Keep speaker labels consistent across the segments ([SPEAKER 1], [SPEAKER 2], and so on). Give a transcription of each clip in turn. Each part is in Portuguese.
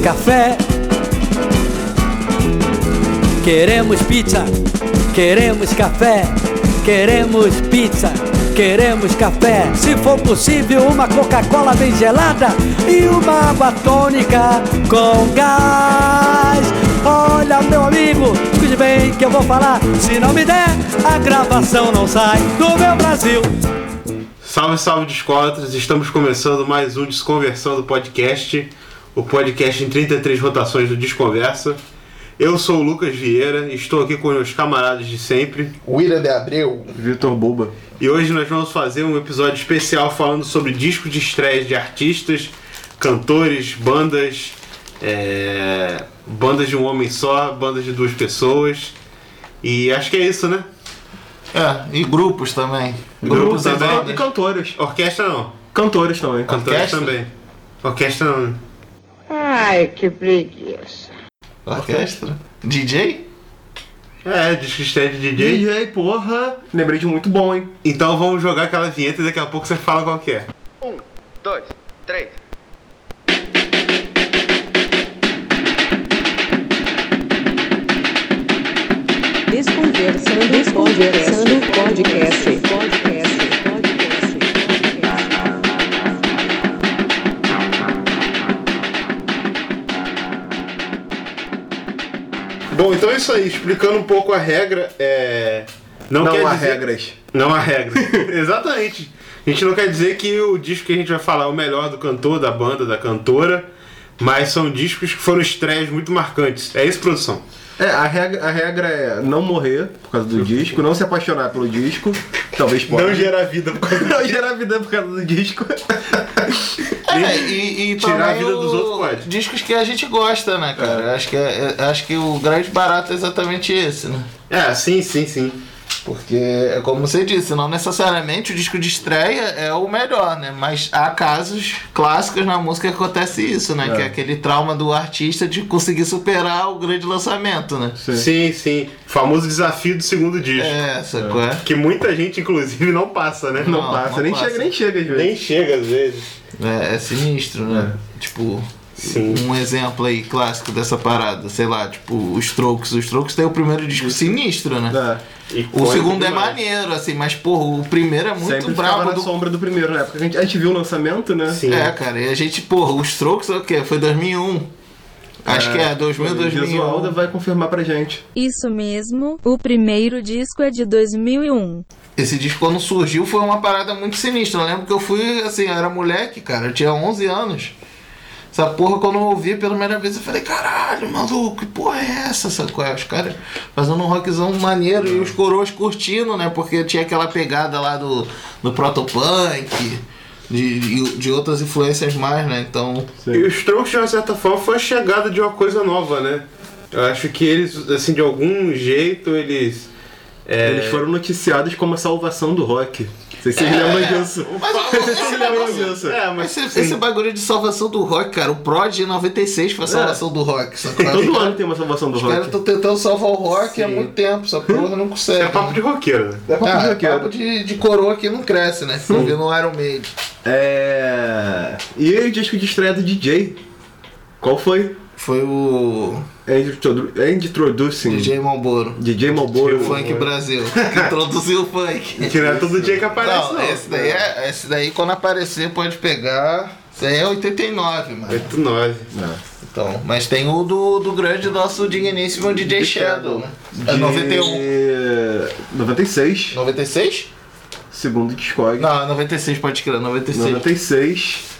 [SPEAKER 1] café. Queremos pizza, queremos café, queremos pizza, queremos café. Se for possível, uma Coca-Cola bem gelada e uma água tônica com gás. Olha, meu amigo, escute bem que eu vou falar. Se não me der, a gravação não sai do meu Brasil.
[SPEAKER 2] Salve, salve, discólatras! Estamos começando mais um Desconversando Podcast, o podcast em 33 rotações do Desconversa. Eu sou o Lucas Vieira, estou aqui com os camaradas de sempre
[SPEAKER 3] William de Abreu.
[SPEAKER 4] Vitor Buba.
[SPEAKER 2] e hoje nós vamos fazer um episódio especial falando sobre discos de estreia de artistas, cantores, bandas, é, bandas de um homem só, bandas de duas pessoas. E acho que é isso, né?
[SPEAKER 3] É, e grupos também. Grupos
[SPEAKER 2] também.
[SPEAKER 4] E
[SPEAKER 3] também.
[SPEAKER 4] cantores.
[SPEAKER 2] Orquestra não,
[SPEAKER 4] Cantores também.
[SPEAKER 2] cantores
[SPEAKER 3] Orquestra?
[SPEAKER 2] também. Orquestra não, né?
[SPEAKER 5] Ai, que preguiça.
[SPEAKER 3] Orquestra. DJ?
[SPEAKER 2] É, disco de estreia de DJ.
[SPEAKER 4] E aí, porra. Lembrei de um muito bom, hein?
[SPEAKER 2] Então vamos jogar aquela vinheta e daqui a pouco você fala qual que é.
[SPEAKER 6] dois, três.
[SPEAKER 7] Desconversando, desconversando, podcast, podcast, podcast.
[SPEAKER 2] Bom, então é isso aí. Explicando um pouco a regra, é... Não, quer dizer... Não há regra. Exatamente. A gente não quer dizer que o disco que a gente vai falar é o melhor do cantor, da banda, da cantora, mas são discos que foram estreias muito marcantes. É isso, produção?
[SPEAKER 4] É, a regra, a regra é não morrer por causa do disco, não se apaixonar pelo disco. Talvez pode.
[SPEAKER 2] Não gerar vida.
[SPEAKER 4] Não gerar vida por causa do disco.
[SPEAKER 3] É, e, e
[SPEAKER 2] Tirar a
[SPEAKER 3] também
[SPEAKER 2] vida dos
[SPEAKER 3] o-
[SPEAKER 2] outros pode.
[SPEAKER 3] Discos que a gente gosta, né, cara? Acho, que é- é- acho que o grande barato é exatamente esse, né?
[SPEAKER 2] É, sim, sim, sim.
[SPEAKER 3] Porque, é como você disse, não necessariamente o disco de estreia é o melhor, né? Mas há casos clássicos na música que acontece isso, né? Que é aquele trauma do artista de conseguir superar o grande lançamento, né?
[SPEAKER 2] Sim, sim. O famoso desafio do segundo disco.
[SPEAKER 3] É, essa qual é?
[SPEAKER 2] Que muita gente, inclusive, não passa, né?
[SPEAKER 4] Não,
[SPEAKER 3] Não,
[SPEAKER 4] passa,
[SPEAKER 3] não
[SPEAKER 4] nem
[SPEAKER 3] passa.
[SPEAKER 4] chega, nem chega às vezes.
[SPEAKER 2] Nem chega às vezes.
[SPEAKER 3] É, é sinistro, né? Tipo,
[SPEAKER 2] Sim.
[SPEAKER 3] um exemplo aí clássico dessa parada, sei lá, tipo, os Strokes. Os Strokes tem o primeiro disco sinistro, né?
[SPEAKER 4] É.
[SPEAKER 3] O
[SPEAKER 2] Icônico
[SPEAKER 3] segundo é
[SPEAKER 2] demais.
[SPEAKER 3] maneiro, assim, mas, porra, o primeiro é muito
[SPEAKER 4] Sempre ficava
[SPEAKER 3] brabo
[SPEAKER 4] na
[SPEAKER 3] do.
[SPEAKER 4] sombra do primeiro, né? Porque a gente, a gente viu o lançamento, né?
[SPEAKER 2] Sim.
[SPEAKER 3] É, cara, e a gente, porra, os Strokes é o quê? Foi 2001. Acho que é, 2000,
[SPEAKER 4] O
[SPEAKER 2] um.
[SPEAKER 4] Gesualdo
[SPEAKER 3] 2001.
[SPEAKER 4] vai confirmar pra gente.
[SPEAKER 8] Isso mesmo, o primeiro disco é de 2001.
[SPEAKER 3] Esse disco, quando surgiu, foi uma parada muito sinistra. Eu lembro que eu fui, assim, eu era moleque, cara, eu tinha 11 anos. Essa porra, quando eu ouvi pela primeira vez, eu falei, caralho, maluco, que porra é essa? Sabe qual é? Os caras fazendo um rockzão maneiro e os coroas curtindo, né? Porque tinha aquela pegada lá do, do protopunk, de, de, de outras influências mais, né? Então,
[SPEAKER 2] E os Strokes, de uma certa forma, foi a chegada de uma coisa nova, né? Eu acho que eles, assim, de algum jeito, eles. É,
[SPEAKER 4] Eles foram noticiados como a salvação do rock. Não sei se vocês lembram disso.
[SPEAKER 3] Mas
[SPEAKER 4] Vocês lembram disso?
[SPEAKER 2] É, mas.
[SPEAKER 3] Mas esse,
[SPEAKER 2] sim.
[SPEAKER 3] esse bagulho de salvação do rock, cara, o Prod em 96 foi a salvação do rock.
[SPEAKER 2] Tá
[SPEAKER 3] é? sacou?
[SPEAKER 4] Todo ano tem uma salvação do
[SPEAKER 3] Os caras
[SPEAKER 4] rock.
[SPEAKER 3] estão tentando salvar o rock há muito tempo, essa porra não consegue.
[SPEAKER 2] É papo de roqueiro, né?
[SPEAKER 3] É papo
[SPEAKER 4] de
[SPEAKER 3] de,
[SPEAKER 4] roqueiro.
[SPEAKER 3] papo de- de coroa que não cresce, né? Você viu no Iron Maiden.
[SPEAKER 4] É. E o disco de estreia do DJ? Qual foi? É,
[SPEAKER 3] Foi o
[SPEAKER 4] Introdu- Introducing.
[SPEAKER 3] DJ Malboro.
[SPEAKER 4] DJ Malboro.
[SPEAKER 3] O Funk Brasil, que introduziu o funk.
[SPEAKER 2] Que não é todo dia que aparece, não.
[SPEAKER 3] Não, esse daí, é, esse daí quando aparecer pode pegar. Isso aí é 89,
[SPEAKER 2] É
[SPEAKER 3] mano.
[SPEAKER 2] 89.
[SPEAKER 3] Então, mas tem o do, do grande nosso digníssimo DJ Shadow, né? É 91.
[SPEAKER 4] De... 96.
[SPEAKER 3] 96?
[SPEAKER 4] Segundo Discog.
[SPEAKER 3] Não, é 96, pode crer, 96.
[SPEAKER 4] 96.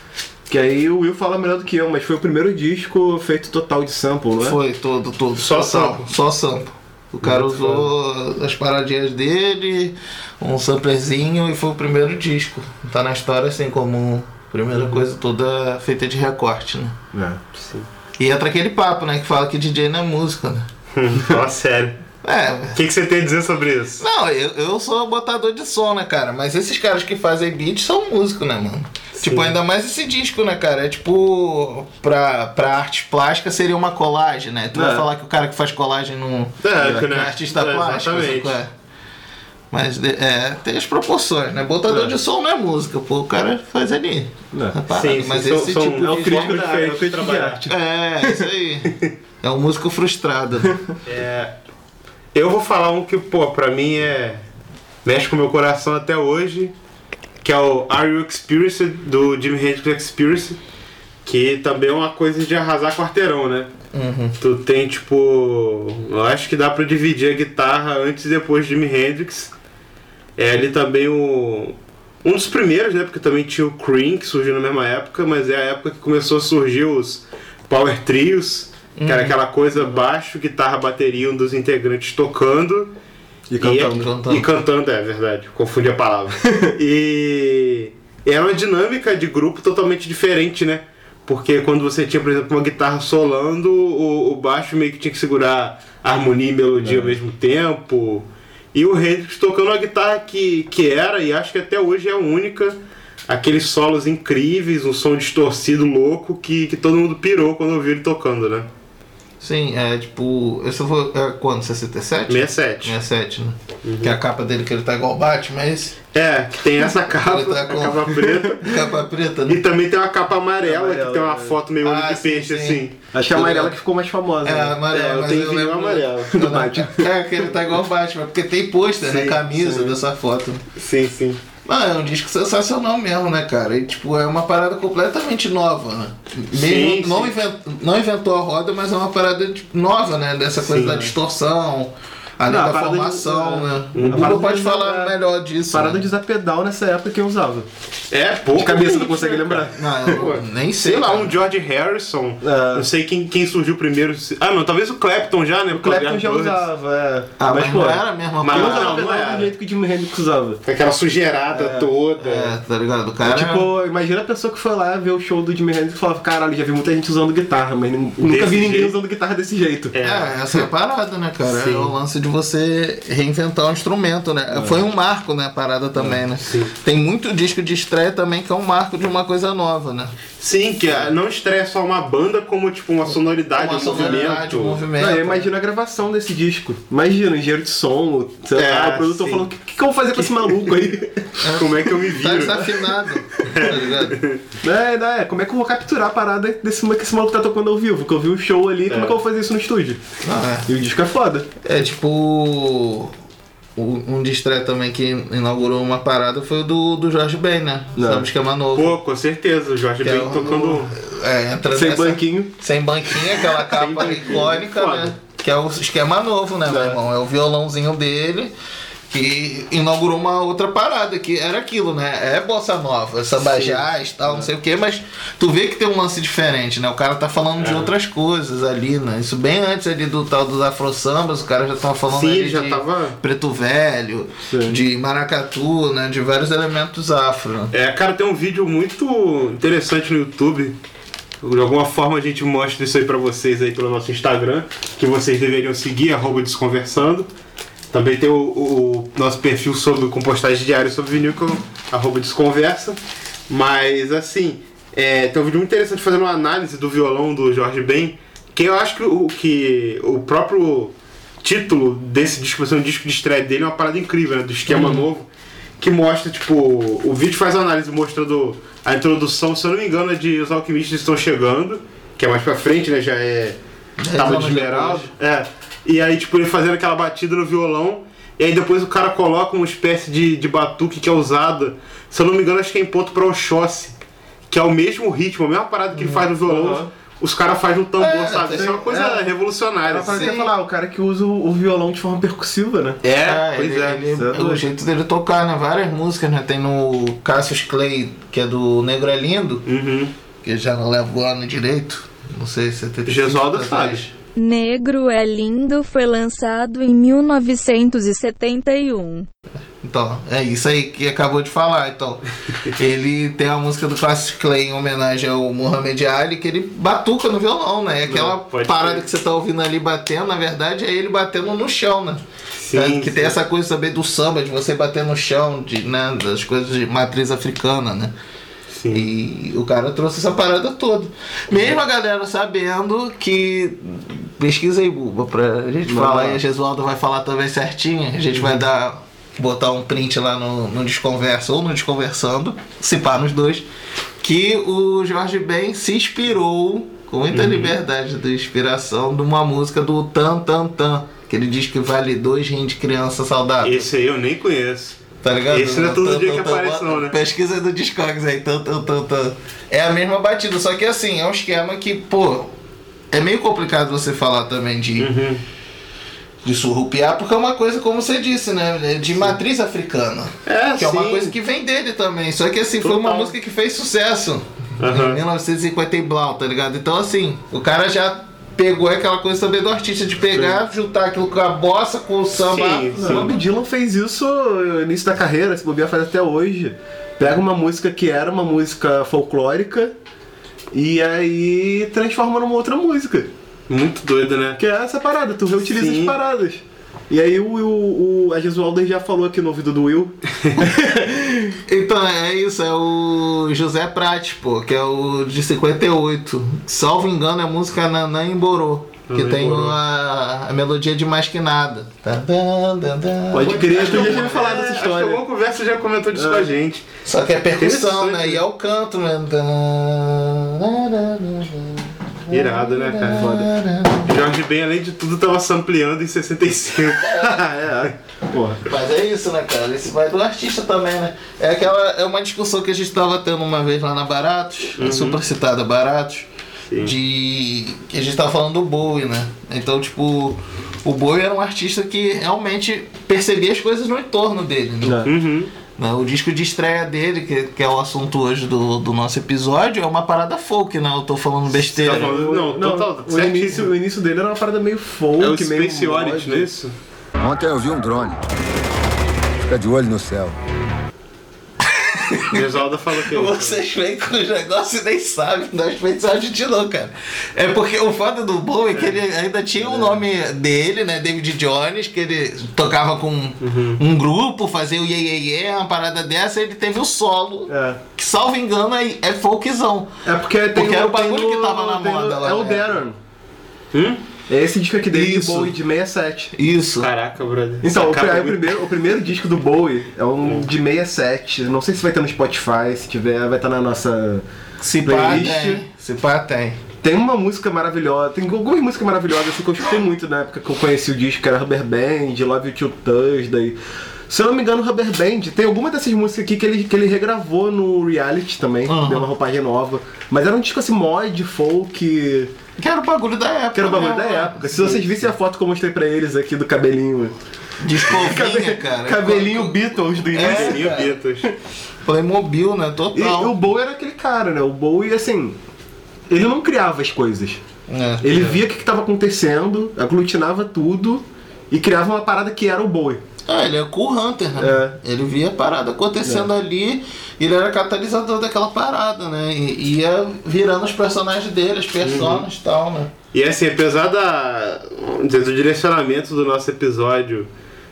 [SPEAKER 4] Que aí o Will fala melhor do que eu, mas foi o primeiro disco feito total de sample, não é?
[SPEAKER 3] Foi todo, todo.
[SPEAKER 2] Só
[SPEAKER 3] total,
[SPEAKER 2] sampo.
[SPEAKER 3] Só sampo. O cara usou as paradinhas dele, um samplerzinho e foi o primeiro disco. Tá na história assim como primeira coisa toda feita de recorte, né?
[SPEAKER 4] É.
[SPEAKER 3] E entra aquele papo, né, que fala que DJ não é música, né?
[SPEAKER 2] Fala sério.
[SPEAKER 3] É,
[SPEAKER 2] O que, que você tem a dizer sobre isso?
[SPEAKER 3] Não, eu, eu sou botador de som, né, cara? Mas esses caras que fazem beat são músicos, né, mano? Tipo, ainda mais esse disco, né, cara? É tipo, pra, pra arte plástica seria uma colagem, né? Tu
[SPEAKER 4] É.
[SPEAKER 3] vai falar que o cara que faz colagem não
[SPEAKER 2] É, que, né?
[SPEAKER 3] é artista
[SPEAKER 2] É,
[SPEAKER 3] plástico,
[SPEAKER 2] exatamente.
[SPEAKER 3] sabe qual é? Mas de- é, tem as proporções, né? Botador de som não é música, pô, o cara faz ali.
[SPEAKER 4] Não.
[SPEAKER 3] a parada.
[SPEAKER 2] Sim, sim,
[SPEAKER 3] mas
[SPEAKER 2] são-
[SPEAKER 3] esse
[SPEAKER 2] são-
[SPEAKER 3] tipo
[SPEAKER 2] é o
[SPEAKER 3] de
[SPEAKER 2] crítico
[SPEAKER 3] jogo-
[SPEAKER 2] de área, eu tenho que trabalhar.
[SPEAKER 3] É, isso aí. É um músico frustrado.
[SPEAKER 2] É, eu vou falar um que, pô, pra mim é. mexe com meu coração até hoje, que é o Are You Experienced, do Jimi Hendrix Experience, que também é uma coisa de arrasar quarteirão, né? Tu tem, tipo. Eu acho que dá pra dividir a guitarra antes e depois de Jimi Hendrix. É ali também o. Um dos primeiros, né? Porque também tinha o Cream, que surgiu na mesma época, mas é a época que começou a surgir os Power Trios, que era aquela coisa baixo, guitarra, bateria, um dos integrantes tocando.
[SPEAKER 4] E cantando.
[SPEAKER 2] E,
[SPEAKER 3] Cantando.
[SPEAKER 2] e cantando, é verdade, confundi a palavra. e era uma dinâmica de grupo totalmente diferente, né? Porque quando você tinha, por exemplo, uma guitarra solando, o, o baixo meio que tinha que segurar harmonia e melodia ao mesmo tempo. E o Hendrix tocando uma guitarra que, que era, e acho que até hoje é a única, aqueles solos incríveis, um som distorcido louco que, que todo mundo pirou quando ouviu ele tocando, né?
[SPEAKER 3] Sim, é tipo. Esse foi. É, quando? 67?
[SPEAKER 2] 67.
[SPEAKER 3] 67, né?
[SPEAKER 2] Uhum.
[SPEAKER 3] Que a capa dele que ele tá igual o Batman, é esse?
[SPEAKER 2] É, que tem essa capa,
[SPEAKER 3] Ele tá
[SPEAKER 2] a
[SPEAKER 3] com-
[SPEAKER 2] capa preta.
[SPEAKER 3] Capa preta,
[SPEAKER 2] E
[SPEAKER 3] né?
[SPEAKER 2] também tem uma capa amarela, que tem uma foto meio
[SPEAKER 3] Ah,
[SPEAKER 2] olho de
[SPEAKER 3] sim,
[SPEAKER 2] peixe,
[SPEAKER 3] sim.
[SPEAKER 2] assim.
[SPEAKER 4] Acho que é a amarela que ficou mais famosa.
[SPEAKER 3] É,
[SPEAKER 4] né?
[SPEAKER 3] amarelo,
[SPEAKER 2] É, eu
[SPEAKER 3] mas
[SPEAKER 2] tenho vinil
[SPEAKER 3] lembro-
[SPEAKER 2] amarelo.
[SPEAKER 3] Eu lembro- É, que ele tá igual o Batman, porque tem pôster, né?
[SPEAKER 2] Sim,
[SPEAKER 3] Camisa
[SPEAKER 2] sim.
[SPEAKER 3] dessa foto.
[SPEAKER 2] Sim, sim.
[SPEAKER 3] Ah, é um disco sensacional mesmo, né, cara? E, tipo, é uma parada completamente nova, né?
[SPEAKER 2] Sim,
[SPEAKER 3] Mesmo não,
[SPEAKER 2] sim.
[SPEAKER 3] invent- não inventou a roda, mas é uma parada tipo, nova, né? Dessa coisa
[SPEAKER 2] Sim.
[SPEAKER 3] da distorção, a
[SPEAKER 4] Não, a
[SPEAKER 3] da
[SPEAKER 4] parada de-
[SPEAKER 3] formação,
[SPEAKER 4] é.
[SPEAKER 3] né?
[SPEAKER 4] Uhum.
[SPEAKER 3] O
[SPEAKER 4] A parada
[SPEAKER 3] Google pode
[SPEAKER 4] de-
[SPEAKER 3] falar melhor disso.
[SPEAKER 4] Parada
[SPEAKER 3] né?
[SPEAKER 4] de usar pedal nessa época que eu usava.
[SPEAKER 2] É, pô.
[SPEAKER 4] De cabeça não consegue lembrar.
[SPEAKER 3] Não, eu nem sei.
[SPEAKER 2] Sei lá,
[SPEAKER 3] assim, cara.
[SPEAKER 2] um George Harrison.
[SPEAKER 4] É.
[SPEAKER 2] Não sei quem, quem surgiu primeiro. se- Ah, não, talvez o Clapton já, né?
[SPEAKER 4] O Clapton já usava, é.
[SPEAKER 3] Ah, mas, não era a mesma
[SPEAKER 2] Mas
[SPEAKER 4] Eu
[SPEAKER 3] parada.
[SPEAKER 4] usava
[SPEAKER 2] Não, não
[SPEAKER 4] pedal
[SPEAKER 2] era.
[SPEAKER 4] do jeito que o Jimi Hendrix usava.
[SPEAKER 2] Aquela sujeirada toda.
[SPEAKER 3] É, tá ligado? O cara...
[SPEAKER 4] Tipo, imagina a pessoa que foi lá ver o show do Jimi Hendrix e falava, caralho, já vi muita gente usando guitarra, mas nin- nunca
[SPEAKER 2] Desse
[SPEAKER 4] vi ninguém
[SPEAKER 2] jeito."
[SPEAKER 4] usando guitarra desse jeito.
[SPEAKER 3] É, essa é a parada, né, cara?
[SPEAKER 2] Sim.
[SPEAKER 3] É o lance de você reinventar um instrumento, né? Foi um marco, né, a parada também, né? Tem muito disco de estreia também que é um marco de uma coisa nova, né?
[SPEAKER 2] Sim, que ah, não estreia só uma banda, como tipo uma sonoridade, um
[SPEAKER 3] sonoridade, um
[SPEAKER 2] movimento.
[SPEAKER 3] movimento.
[SPEAKER 4] Não, eu imagino a gravação desse disco. Imagina, o engenheiro de som, sei
[SPEAKER 2] É,
[SPEAKER 4] lá, o produtor
[SPEAKER 2] sim.
[SPEAKER 4] falou, o que, que eu vou fazer com esse maluco aí?
[SPEAKER 2] Como é que eu me
[SPEAKER 3] Tá
[SPEAKER 2] viro? né?
[SPEAKER 3] desafinado, tá ligado?
[SPEAKER 4] É, né, é, como é que eu vou capturar a parada desse ma- que esse maluco tá tocando ao vivo? Que eu vi o show ali, como é que eu vou fazer isso no estúdio?
[SPEAKER 3] Ah,
[SPEAKER 4] E o disco é foda.
[SPEAKER 3] é. é tipo... o- Um de estreia também que inaugurou uma parada foi o do, do Jorge Ben, né?
[SPEAKER 4] Não.
[SPEAKER 3] Sabe o esquema novo.
[SPEAKER 2] Pô, com certeza, o Jorge
[SPEAKER 3] Que
[SPEAKER 2] Ben
[SPEAKER 3] é o-
[SPEAKER 2] tocando.
[SPEAKER 3] É, entra
[SPEAKER 4] Sem
[SPEAKER 3] nessa-
[SPEAKER 4] banquinho.
[SPEAKER 3] Sem banquinha, aquela capa icônica,
[SPEAKER 2] Foda.
[SPEAKER 3] né? Que é o esquema novo, né, meu irmão? É o violãozinho dele que inaugurou uma outra parada, que era aquilo, né? É bossa nova, é samba jazz, tal, não
[SPEAKER 2] É.
[SPEAKER 3] sei o quê, mas tu vê que tem um lance diferente, né? O cara tá falando
[SPEAKER 2] É.
[SPEAKER 3] de outras coisas ali, né? Isso bem antes ali do tal dos afro sambas, o cara já tava falando
[SPEAKER 2] Sim,
[SPEAKER 3] ali
[SPEAKER 2] ele já
[SPEAKER 3] de
[SPEAKER 2] tava-
[SPEAKER 3] preto velho, de maracatu, né? De vários elementos afro, né?
[SPEAKER 2] É, cara, tem um vídeo muito interessante no YouTube. De alguma forma a gente mostra isso aí pra vocês aí pelo nosso Instagram, que vocês deveriam seguir, arroba desconversando. Também tem o, o- o nosso perfil sobre compostagem diária sobre vinil, que é o arroba desconversa. Mas assim, é, tem um vídeo muito interessante fazendo uma análise do violão do Jorge Ben, que eu acho que o, que o próprio título desse disco, vai ser um disco de estreia dele, é uma parada incrível, né? Do esquema novo que mostra, tipo, o vídeo faz uma análise mostrando a introdução, se eu não me engano, é de Os Alquimistas Estão Chegando, que é mais pra frente, né? Já é. Tava
[SPEAKER 3] anos
[SPEAKER 2] de esmeralda. É. E aí, tipo, ele fazendo aquela batida no violão. E aí depois o cara coloca uma espécie de, de batuque que é usada. Se eu não me engano, acho que é em ponto pra Oxóssi. Que é o mesmo ritmo, a mesma parada que ele faz no violão.
[SPEAKER 4] Uhum.
[SPEAKER 2] Os caras fazem no tambor,
[SPEAKER 3] É,
[SPEAKER 2] sabe? Isso é uma coisa
[SPEAKER 3] é.
[SPEAKER 2] revolucionária.
[SPEAKER 4] Era pra
[SPEAKER 2] assim.
[SPEAKER 4] até falar, "Ah, o cara que usa o o violão de forma percussiva, né?
[SPEAKER 2] É,
[SPEAKER 3] Ah,
[SPEAKER 2] pois
[SPEAKER 3] ele-
[SPEAKER 2] é.
[SPEAKER 3] ele-
[SPEAKER 4] isso é
[SPEAKER 3] o
[SPEAKER 4] doido.
[SPEAKER 3] jeito dele tocar, né? Várias músicas, né? Tem no Cassius Clay, que é do Negro é Lindo,
[SPEAKER 2] Uhum.
[SPEAKER 3] que eu já não lembro o ano direito. Não sei se é
[SPEAKER 2] Gesualdo sabe.
[SPEAKER 8] Negro é Lindo foi lançado em 1971.
[SPEAKER 3] Então, é isso aí que acabou de falar. Então, ele tem a música do Cassius Clay em homenagem ao Muhammad Ali, que ele batuca no violão, né? E aquela
[SPEAKER 2] Não, pode
[SPEAKER 3] parada
[SPEAKER 2] crer.
[SPEAKER 3] que você tá ouvindo ali batendo, na verdade, é ele batendo no chão, né?
[SPEAKER 2] Sim,
[SPEAKER 3] É, que
[SPEAKER 2] sim.
[SPEAKER 3] tem essa coisa também do samba, de você bater no chão, de, né? Das coisas de matriz africana, né?
[SPEAKER 2] Sim.
[SPEAKER 3] E o cara trouxe essa parada toda. Mesmo a galera sabendo que.
[SPEAKER 2] Uhum.
[SPEAKER 3] Pesquisa aí, Buba, pra gente falar. E a Gesualdo vai falar também certinho. A gente vai dar botar um print lá no, no Desconversa ou no Desconversando, se pá nos dois, que o Jorge Ben se inspirou, com
[SPEAKER 2] Uhum.
[SPEAKER 3] muita liberdade de inspiração, de uma música do Tan Tan Tan, que ele diz que vale dois rins de criança saudável.
[SPEAKER 2] Esse aí eu nem conheço.
[SPEAKER 3] Tá ligado?
[SPEAKER 2] Esse não é todo
[SPEAKER 3] Tan,
[SPEAKER 2] dia
[SPEAKER 3] tan,
[SPEAKER 2] que
[SPEAKER 3] tan,
[SPEAKER 2] aparece,
[SPEAKER 3] bota-
[SPEAKER 2] não, né?
[SPEAKER 3] Pesquisa do Discogs aí, tan, tan, tan, tan. É a mesma batida, só que assim, é um esquema que, pô, é meio complicado você falar também de,
[SPEAKER 2] Uhum.
[SPEAKER 3] de surrupiar, porque é uma coisa, como você disse, né? De matriz africana.
[SPEAKER 2] É,
[SPEAKER 3] Que é uma
[SPEAKER 2] sim.
[SPEAKER 3] coisa que vem dele também. Só que assim, foi uma
[SPEAKER 2] Total.
[SPEAKER 3] música que fez sucesso. né,
[SPEAKER 2] Aham.
[SPEAKER 3] Em 1950 e Blau, tá ligado? Então assim, o cara já pegou aquela coisa também do artista de pegar, juntar aquilo com a bossa, com o samba.
[SPEAKER 2] Sim,
[SPEAKER 4] O Bob
[SPEAKER 2] sim.
[SPEAKER 4] Dylan fez isso no início da carreira, se bobear faz até hoje. Pega uma música que era uma música folclórica e aí transforma numa outra música.
[SPEAKER 2] Muito doido, né?
[SPEAKER 4] Que é essa parada, tu reutiliza
[SPEAKER 2] Sim.
[SPEAKER 4] as paradas. E aí o, o, o a Gesualder já falou aqui no ouvido do Will.
[SPEAKER 3] Então é isso, é o José Prat, pô, que é o de 58. Salvo engano, é a música Nanã Emborô. Que
[SPEAKER 2] Nanã
[SPEAKER 3] tem
[SPEAKER 2] Emborô.
[SPEAKER 3] a, a melodia de mais que nada. Tá, tá, tá, tá.
[SPEAKER 4] Pode crer, tu já tinha me
[SPEAKER 2] falar
[SPEAKER 4] falado dessa
[SPEAKER 2] é, Acho que
[SPEAKER 4] história.
[SPEAKER 2] alguma conversa já comentou disso com a gente.
[SPEAKER 3] Só que é percussão,
[SPEAKER 2] Interessante.
[SPEAKER 3] né? E é o canto, né?
[SPEAKER 2] Irado, né, cara? Jorge Ben, além de tudo, tava sampleando em 65.
[SPEAKER 4] é, porra.
[SPEAKER 3] Mas é isso, né, cara? Isso vai do artista também, né? É aquela. É uma discussão que a gente tava tendo uma vez lá na Baratos,
[SPEAKER 2] Uhum.
[SPEAKER 3] a super citada Baratos, de. que a gente tava falando do Bowie, né? Então, tipo, o Bowie era um artista que realmente percebia as coisas no entorno dele, né?
[SPEAKER 2] Uhum.
[SPEAKER 3] Né, O disco de estreia dele, que, que é o assunto hoje do, do nosso episódio, é uma parada folk, né? Eu tô falando besteira.
[SPEAKER 2] Tá falando- Não, total,
[SPEAKER 4] o,
[SPEAKER 2] certíssimo.
[SPEAKER 4] início, o início dele era uma parada meio folk,
[SPEAKER 2] É o
[SPEAKER 4] meio
[SPEAKER 2] Space Oddity,
[SPEAKER 4] mod.
[SPEAKER 2] não é isso?
[SPEAKER 9] Ontem eu vi um drone. Fica de olho no céu.
[SPEAKER 2] Gesualda falou que é isso.
[SPEAKER 3] Vocês vêm com os negócios e nem sabem, nós pensamos de não, cara. É porque o foda do Bowie é que ele ainda tinha o nome dele, né? David Jones, que ele tocava com
[SPEAKER 4] Uhum.
[SPEAKER 3] um grupo, fazia o Ye Ye Ye, uma parada dessa, e ele teve o solo,
[SPEAKER 4] É.
[SPEAKER 3] que salvo engano é, é folkzão.
[SPEAKER 4] É porque tem
[SPEAKER 3] Porque era o bagulho
[SPEAKER 4] tem no-
[SPEAKER 3] que tava na
[SPEAKER 4] tem no-
[SPEAKER 3] moda lá,
[SPEAKER 4] É o
[SPEAKER 3] né?
[SPEAKER 4] Darren.
[SPEAKER 2] Hum?
[SPEAKER 4] É esse disco aqui dele, de
[SPEAKER 3] Isso.
[SPEAKER 4] Bowie, de 67.
[SPEAKER 3] Isso.
[SPEAKER 2] Caraca, brother.
[SPEAKER 4] Então, o,
[SPEAKER 2] Essa capa
[SPEAKER 4] pri-
[SPEAKER 2] é
[SPEAKER 4] o
[SPEAKER 2] muito-
[SPEAKER 4] primeiro, o primeiro disco do Bowie é
[SPEAKER 3] Hum.
[SPEAKER 4] um de 67. Não sei se vai ter no Spotify, se tiver, vai estar na nossa
[SPEAKER 3] Se pá né?
[SPEAKER 4] playlist.
[SPEAKER 3] tem. Se pá tem.
[SPEAKER 4] Tem uma música maravilhosa, tem algumas músicas maravilhosas assim, que eu escutei muito na época que eu conheci o disco, que era Rubber Band, Love You Till Thursday. Se eu não me engano, Rubber Band, tem alguma dessas músicas aqui que ele, que ele regravou no reality também,
[SPEAKER 3] Aham.
[SPEAKER 4] deu uma roupagem nova. Mas era um disco assim, mod, folk,
[SPEAKER 3] Que era o bagulho da época.
[SPEAKER 4] que era o bagulho da
[SPEAKER 3] né?
[SPEAKER 4] época. Se vocês vissem a foto que eu mostrei pra eles aqui do cabelinho.
[SPEAKER 3] De escovinha, cara.
[SPEAKER 4] Cabelinho Beatles do início.
[SPEAKER 2] Cabelinho Beatles.
[SPEAKER 3] Playmobil, né?
[SPEAKER 4] E
[SPEAKER 3] Total.
[SPEAKER 4] o Bowie era aquele cara, né? O Bowie, assim, ele não criava as coisas.
[SPEAKER 3] É.
[SPEAKER 4] Ele via o que, que tava acontecendo, aglutinava tudo e criava uma parada que era o Bowie.
[SPEAKER 3] Ah, ele é cool hunter, né? Ele via a parada acontecendo ali, ele era catalisador daquela parada, né? E ia virando os personagens dele, as personas e tal, né?
[SPEAKER 2] E assim, apesar da, vamos dizer, do direcionamento do nosso episódio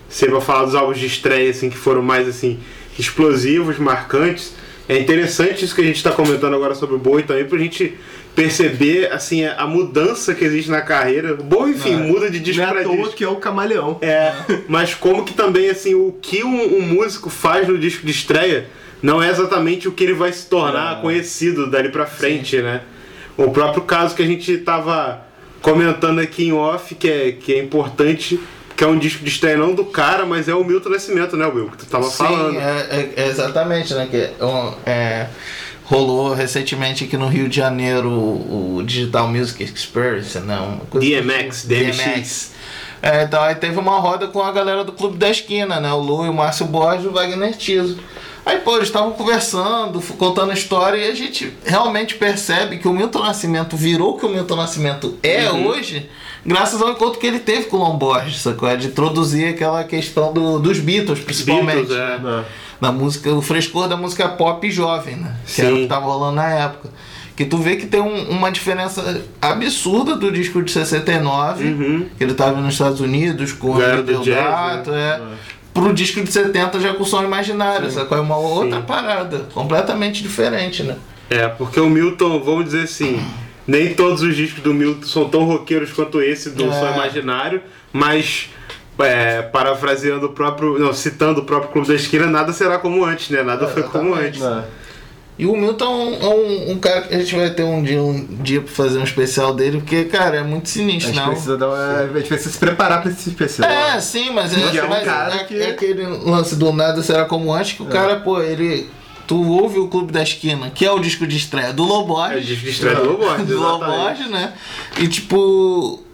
[SPEAKER 2] ser pra falar dos álbuns de estreia, assim, que foram mais assim, explosivos, marcantes, é interessante isso que a gente está comentando agora sobre o Bowie também, pra gente perceber assim, a a mudança que existe na carreira. O Bowie, enfim, muda de disco
[SPEAKER 4] Não é
[SPEAKER 2] pra
[SPEAKER 4] à toa
[SPEAKER 2] disco.
[SPEAKER 4] que é o camaleão.
[SPEAKER 2] É, mas como que também, assim, o que um, um músico faz no disco de estreia não é exatamente o que ele vai se tornar conhecido dali pra frente, né? O próprio caso que a gente tava comentando aqui em off, que é, que é importante, que é um disco de estreia não do cara, mas é o Milton Nascimento, né, Will? Que tu tava falando.
[SPEAKER 3] é- é- é exatamente, né? Que é um- é, rolou recentemente aqui no Rio de Janeiro o, o Digital Music Experience, né? Uma coisa
[SPEAKER 2] DMX, DMX.
[SPEAKER 3] É, então, aí teve uma roda com a galera do Clube da Esquina, né? O Lu, o Márcio Borges e o Wagner Tiso. Aí, pô, eles estavam conversando, f- contando a história, e a gente realmente percebe que o Milton Nascimento virou o que o Milton Nascimento é
[SPEAKER 2] Uhum.
[SPEAKER 3] hoje, graças ao encontro que ele teve com o Lomborges, sacou? É De introduzir aquela questão do- dos Beatles, principalmente.
[SPEAKER 2] Beatles, é.
[SPEAKER 4] né?
[SPEAKER 3] Na música, o frescor da música pop jovem, né? Que
[SPEAKER 2] Sim.
[SPEAKER 3] era o que tava rolando na época. Que tu vê que tem um- uma diferença absurda do disco de 69, que ele tava nos Estados Unidos com o
[SPEAKER 2] Galera
[SPEAKER 3] André
[SPEAKER 2] do jazz,
[SPEAKER 3] Deodato, é, pro disco de 70 já com som imaginário, sacou? É uma outra parada, completamente diferente, né?
[SPEAKER 2] É, porque o Milton, vamos dizer assim, nem todos os discos do Milton são tão roqueiros quanto esse do
[SPEAKER 3] É.
[SPEAKER 2] Só Imaginário, mas é, parafraseando o próprio. Não, citando o próprio Clube da Esquina, nada será como antes, né?
[SPEAKER 3] É,
[SPEAKER 2] Nada foi como antes.
[SPEAKER 3] E o Milton é um, é um- um cara que a gente vai ter um dia, um dia pra fazer um especial dele, porque, cara, é muito
[SPEAKER 4] A
[SPEAKER 3] sinistro,
[SPEAKER 4] gente,
[SPEAKER 3] não.
[SPEAKER 4] precisa dar uma- a gente precisa se preparar pra esse especial.
[SPEAKER 3] É, sim, mas, é,
[SPEAKER 4] Porque é um
[SPEAKER 3] mas
[SPEAKER 4] cara
[SPEAKER 3] é-
[SPEAKER 4] que- É.
[SPEAKER 3] é aquele lance do nada será como antes que o cara, pô, ele. Tu ouve o Clube da Esquina, que é o disco de estreia do Lobos.
[SPEAKER 2] É o disco de estreia do Lobos,
[SPEAKER 3] do Lobos, né? E tipo.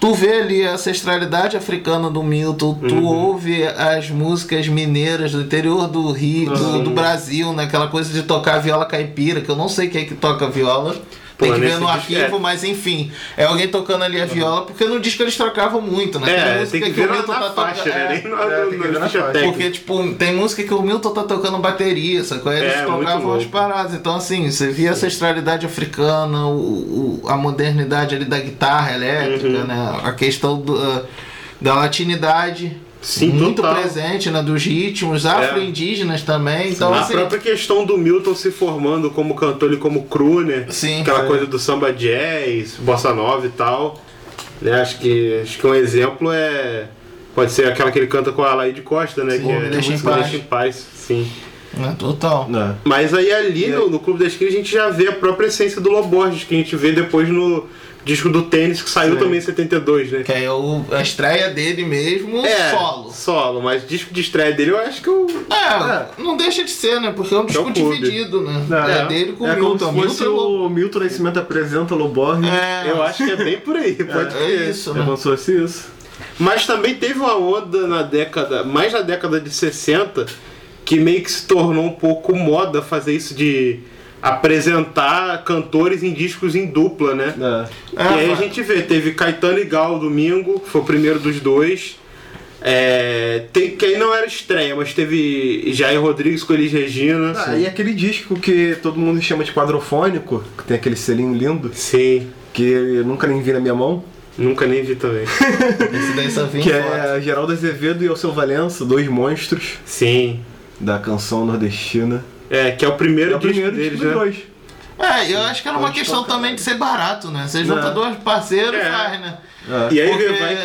[SPEAKER 3] Tu vê ali a ancestralidade africana do Milton, tu
[SPEAKER 2] Uhum.
[SPEAKER 3] ouve as músicas mineiras do interior do Rio,
[SPEAKER 2] Uhum.
[SPEAKER 3] do, do Brasil, né? Aquela coisa de tocar viola caipira, que eu não sei quem é que toca viola.
[SPEAKER 2] Pô,
[SPEAKER 3] Tem que ver
[SPEAKER 2] nesse
[SPEAKER 3] no
[SPEAKER 2] disco é. Uhum.
[SPEAKER 3] arquivo, mas enfim, é alguém tocando ali a viola, porque no disco eles trocavam muito, né? Tem
[SPEAKER 2] É,
[SPEAKER 3] música
[SPEAKER 2] tem que
[SPEAKER 3] que o
[SPEAKER 2] ver na,
[SPEAKER 3] Milton
[SPEAKER 2] na
[SPEAKER 3] tá
[SPEAKER 2] faixa,
[SPEAKER 3] tocando-
[SPEAKER 2] né?
[SPEAKER 3] é.
[SPEAKER 2] Nem na,
[SPEAKER 4] É,
[SPEAKER 2] na-
[SPEAKER 4] tem que ver
[SPEAKER 2] na
[SPEAKER 4] na
[SPEAKER 2] ficha
[SPEAKER 4] faixa.
[SPEAKER 2] técnica.
[SPEAKER 3] Porque, tipo, tem música que o Milton tá tocando bateria, sacou? Aí Eles
[SPEAKER 2] É, muito
[SPEAKER 3] tocavam as
[SPEAKER 2] louco.
[SPEAKER 3] paradas. Então, assim, você via a ancestralidade africana, o, o- a modernidade ali da guitarra elétrica,
[SPEAKER 2] Uhum.
[SPEAKER 3] né? A questão do, ah, da latinidade.
[SPEAKER 2] Sim,
[SPEAKER 3] muito
[SPEAKER 2] total. É.
[SPEAKER 3] presente, né? Dos ritmos afro-indígenas também. Então,
[SPEAKER 2] Na
[SPEAKER 3] assim,
[SPEAKER 2] própria questão do Milton se formando como cantor e como crooner,
[SPEAKER 3] Sim.
[SPEAKER 2] aquela
[SPEAKER 3] É.
[SPEAKER 2] coisa do samba jazz, bossa nova e tal, né? Acho que, acho que um exemplo é. Pode ser aquela que ele canta com a Alaide Costa, né?
[SPEAKER 3] Sim,
[SPEAKER 2] que é,
[SPEAKER 3] Me Deixa em
[SPEAKER 2] Me
[SPEAKER 3] Paz.
[SPEAKER 2] Deixa em Paz, sim.
[SPEAKER 3] né? total.
[SPEAKER 4] Não.
[SPEAKER 2] Mas aí ali no, no Clube da Esquina a gente já vê a própria essência do Loborges, que a gente vê depois no disco do tênis que saiu também em 72, né?
[SPEAKER 3] Que aí é o- a estreia dele mesmo,
[SPEAKER 2] É.
[SPEAKER 3] solo.
[SPEAKER 2] Solo, mas disco de estreia dele eu acho que eu.
[SPEAKER 3] É, não deixa de ser, né? Porque é um disco
[SPEAKER 2] o clube.
[SPEAKER 3] dividido, né? é,
[SPEAKER 4] É,
[SPEAKER 3] dele com
[SPEAKER 4] é
[SPEAKER 3] o Milton.
[SPEAKER 4] como se fosse
[SPEAKER 3] Milton e Lobo.
[SPEAKER 4] o Milton Nascimento apresenta Loborges.
[SPEAKER 3] É,
[SPEAKER 2] Eu acho que é bem por aí, pode
[SPEAKER 3] é
[SPEAKER 2] ser.
[SPEAKER 3] isso,
[SPEAKER 4] É
[SPEAKER 3] né?
[SPEAKER 4] como se fosse isso.
[SPEAKER 2] Mas também teve uma onda na década, mais na década de 60, que meio que se tornou um pouco moda fazer isso de apresentar cantores em discos em dupla, né?
[SPEAKER 4] É.
[SPEAKER 2] e aí
[SPEAKER 3] É,
[SPEAKER 2] a gente vê, teve Caetano e Gal domingo, que foi o primeiro dos dois. É, tem, que aí não era estreia, mas teve Jair Rodrigues com Elis Regina.
[SPEAKER 4] Ah, e aquele disco que todo mundo chama de quadrofônico, que tem aquele selinho lindo,
[SPEAKER 2] Sim,
[SPEAKER 4] que eu nunca nem vi na minha mão,
[SPEAKER 2] nunca nem vi também.
[SPEAKER 3] Esse daí só vem
[SPEAKER 4] que
[SPEAKER 3] foto.
[SPEAKER 4] é Geraldo Azevedo e Alceu Valença, dois monstros
[SPEAKER 2] Sim.
[SPEAKER 4] da canção nordestina.
[SPEAKER 2] É, que é o primeiro,
[SPEAKER 4] É o primeiro
[SPEAKER 2] disco
[SPEAKER 4] disco
[SPEAKER 2] deles,
[SPEAKER 4] dos
[SPEAKER 2] né?
[SPEAKER 4] dois.
[SPEAKER 3] É, eu acho que era uma questão também de ser barato, né? Você junta
[SPEAKER 4] Não.
[SPEAKER 3] dois parceiros e
[SPEAKER 2] É.
[SPEAKER 3] faz, né?
[SPEAKER 2] E aí
[SPEAKER 3] Porque
[SPEAKER 2] vai. é.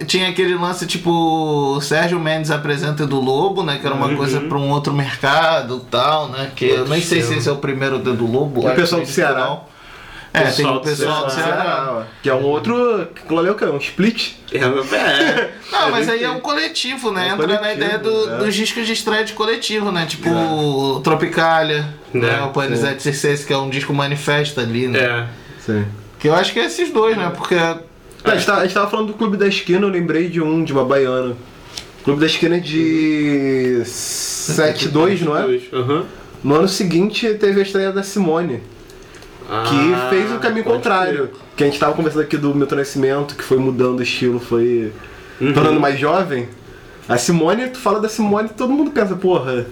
[SPEAKER 3] eh, tinha aquele lance tipo o Sérgio Mendes apresenta do Lobo, né? Que era
[SPEAKER 2] Uhum.
[SPEAKER 3] uma coisa pra um outro mercado e tal, né? Que eu nem sei se esse é o primeiro do Lobo.
[SPEAKER 4] E o
[SPEAKER 3] acho
[SPEAKER 4] pessoal
[SPEAKER 3] que
[SPEAKER 4] do Ceará.
[SPEAKER 3] não. É, tem o
[SPEAKER 2] do
[SPEAKER 3] pessoal do Ceará.
[SPEAKER 4] Que é um outro. que Qual é o que é? Um split?
[SPEAKER 2] É, é.
[SPEAKER 3] Não, mas aí é um coletivo, né?
[SPEAKER 4] É um
[SPEAKER 3] Entra na
[SPEAKER 4] coletivo,
[SPEAKER 3] ideia do-
[SPEAKER 4] né?
[SPEAKER 3] dos discos de estreia de coletivo, né? Tipo o Tropicália, né?
[SPEAKER 2] Né?
[SPEAKER 3] O Planisete 16, que é um disco manifesta ali, né?
[SPEAKER 2] É.
[SPEAKER 4] Sim.
[SPEAKER 3] Que eu acho que é esses dois, né? Porque.
[SPEAKER 4] Ah, a, gente tava, a gente tava falando do Clube da Esquina, eu lembrei de um, de uma baiana. Clube da Esquina é de 72, não é?
[SPEAKER 2] Aham.
[SPEAKER 4] No ano seguinte teve a estreia da Simone, que
[SPEAKER 2] Ah,
[SPEAKER 4] fez o caminho
[SPEAKER 2] pode
[SPEAKER 4] contrário. Que a gente tava conversando aqui do Milton Nascimento, que foi mudando o estilo, foi
[SPEAKER 2] Uhum.
[SPEAKER 4] tornando mais jovem. A Simone, tu fala da Simone, todo mundo pensa, porra.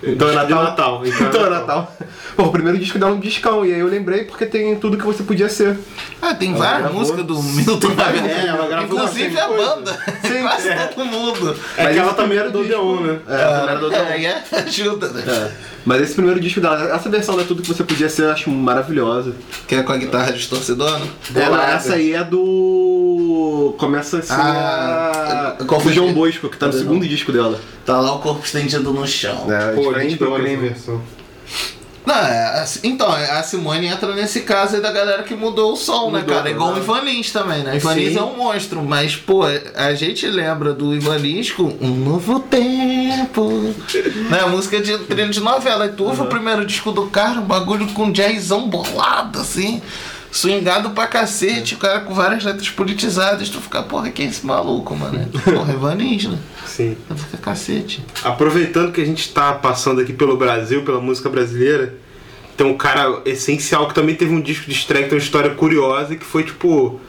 [SPEAKER 4] Então é
[SPEAKER 2] Disco de Natal,
[SPEAKER 4] Natal.
[SPEAKER 2] então é
[SPEAKER 4] Então é
[SPEAKER 2] Natal.
[SPEAKER 4] Natal. Pô, o primeiro disco dá um discão, e aí eu lembrei porque tem tudo que você podia ser.
[SPEAKER 3] Ah, tem várias
[SPEAKER 4] gravou.
[SPEAKER 3] músicas do Milton Magalhães.
[SPEAKER 2] É, ela gravou
[SPEAKER 3] Inclusive
[SPEAKER 2] bastante
[SPEAKER 3] a
[SPEAKER 2] coisa.
[SPEAKER 3] banda. Quase todo mundo.
[SPEAKER 2] É
[SPEAKER 4] Mas
[SPEAKER 2] que ela
[SPEAKER 4] esse
[SPEAKER 2] também era
[SPEAKER 4] primeiro
[SPEAKER 2] do
[SPEAKER 4] disco-
[SPEAKER 2] Odeon, né?
[SPEAKER 4] É, a primeira do Odeon.
[SPEAKER 3] É, é, ajuda, né?
[SPEAKER 4] É. Mas esse primeiro disco dela, essa versão da Tudo Que Você Podia Ser, eu acho maravilhosa.
[SPEAKER 3] Que é com a guitarra distorcedora.
[SPEAKER 4] Ela, essa aí é do. Começa assim.
[SPEAKER 3] Ah,
[SPEAKER 4] a...
[SPEAKER 3] qual foi
[SPEAKER 4] do João
[SPEAKER 3] que-
[SPEAKER 4] Bosco, que tá no segundo disco dela.
[SPEAKER 3] Tá lá o corpo estendido no chão.
[SPEAKER 4] É,
[SPEAKER 2] Pô, né?
[SPEAKER 4] diferente
[SPEAKER 2] lindo
[SPEAKER 4] do
[SPEAKER 2] essa
[SPEAKER 4] crime.
[SPEAKER 2] versão.
[SPEAKER 3] Não, é, a- então, a Simone entra nesse caso aí da galera que mudou o som, né,
[SPEAKER 4] Mudou,
[SPEAKER 3] cara? Igual o
[SPEAKER 4] né?
[SPEAKER 3] Ivan Lins também, né? O Ivan Lins é um monstro, mas, pô, é, a gente lembra do Ivan Lins com Um Novo Tempo, né? Música de trilho de novela. E tu ouve
[SPEAKER 4] Uhum.
[SPEAKER 3] o primeiro disco do cara, um bagulho com jazzão bolado, assim, swingado pra cacete, o cara com várias letras politizadas. Tu fica, porra, quem é esse maluco, mano? Porra, Ivan Lins, né?
[SPEAKER 2] Sim.
[SPEAKER 3] Tu fica cacete.
[SPEAKER 2] Aproveitando que a gente tá passando aqui pelo Brasil, pela música brasileira, tem um cara essencial que também teve um disco de estreia que tem uma história curiosa que foi, tipo,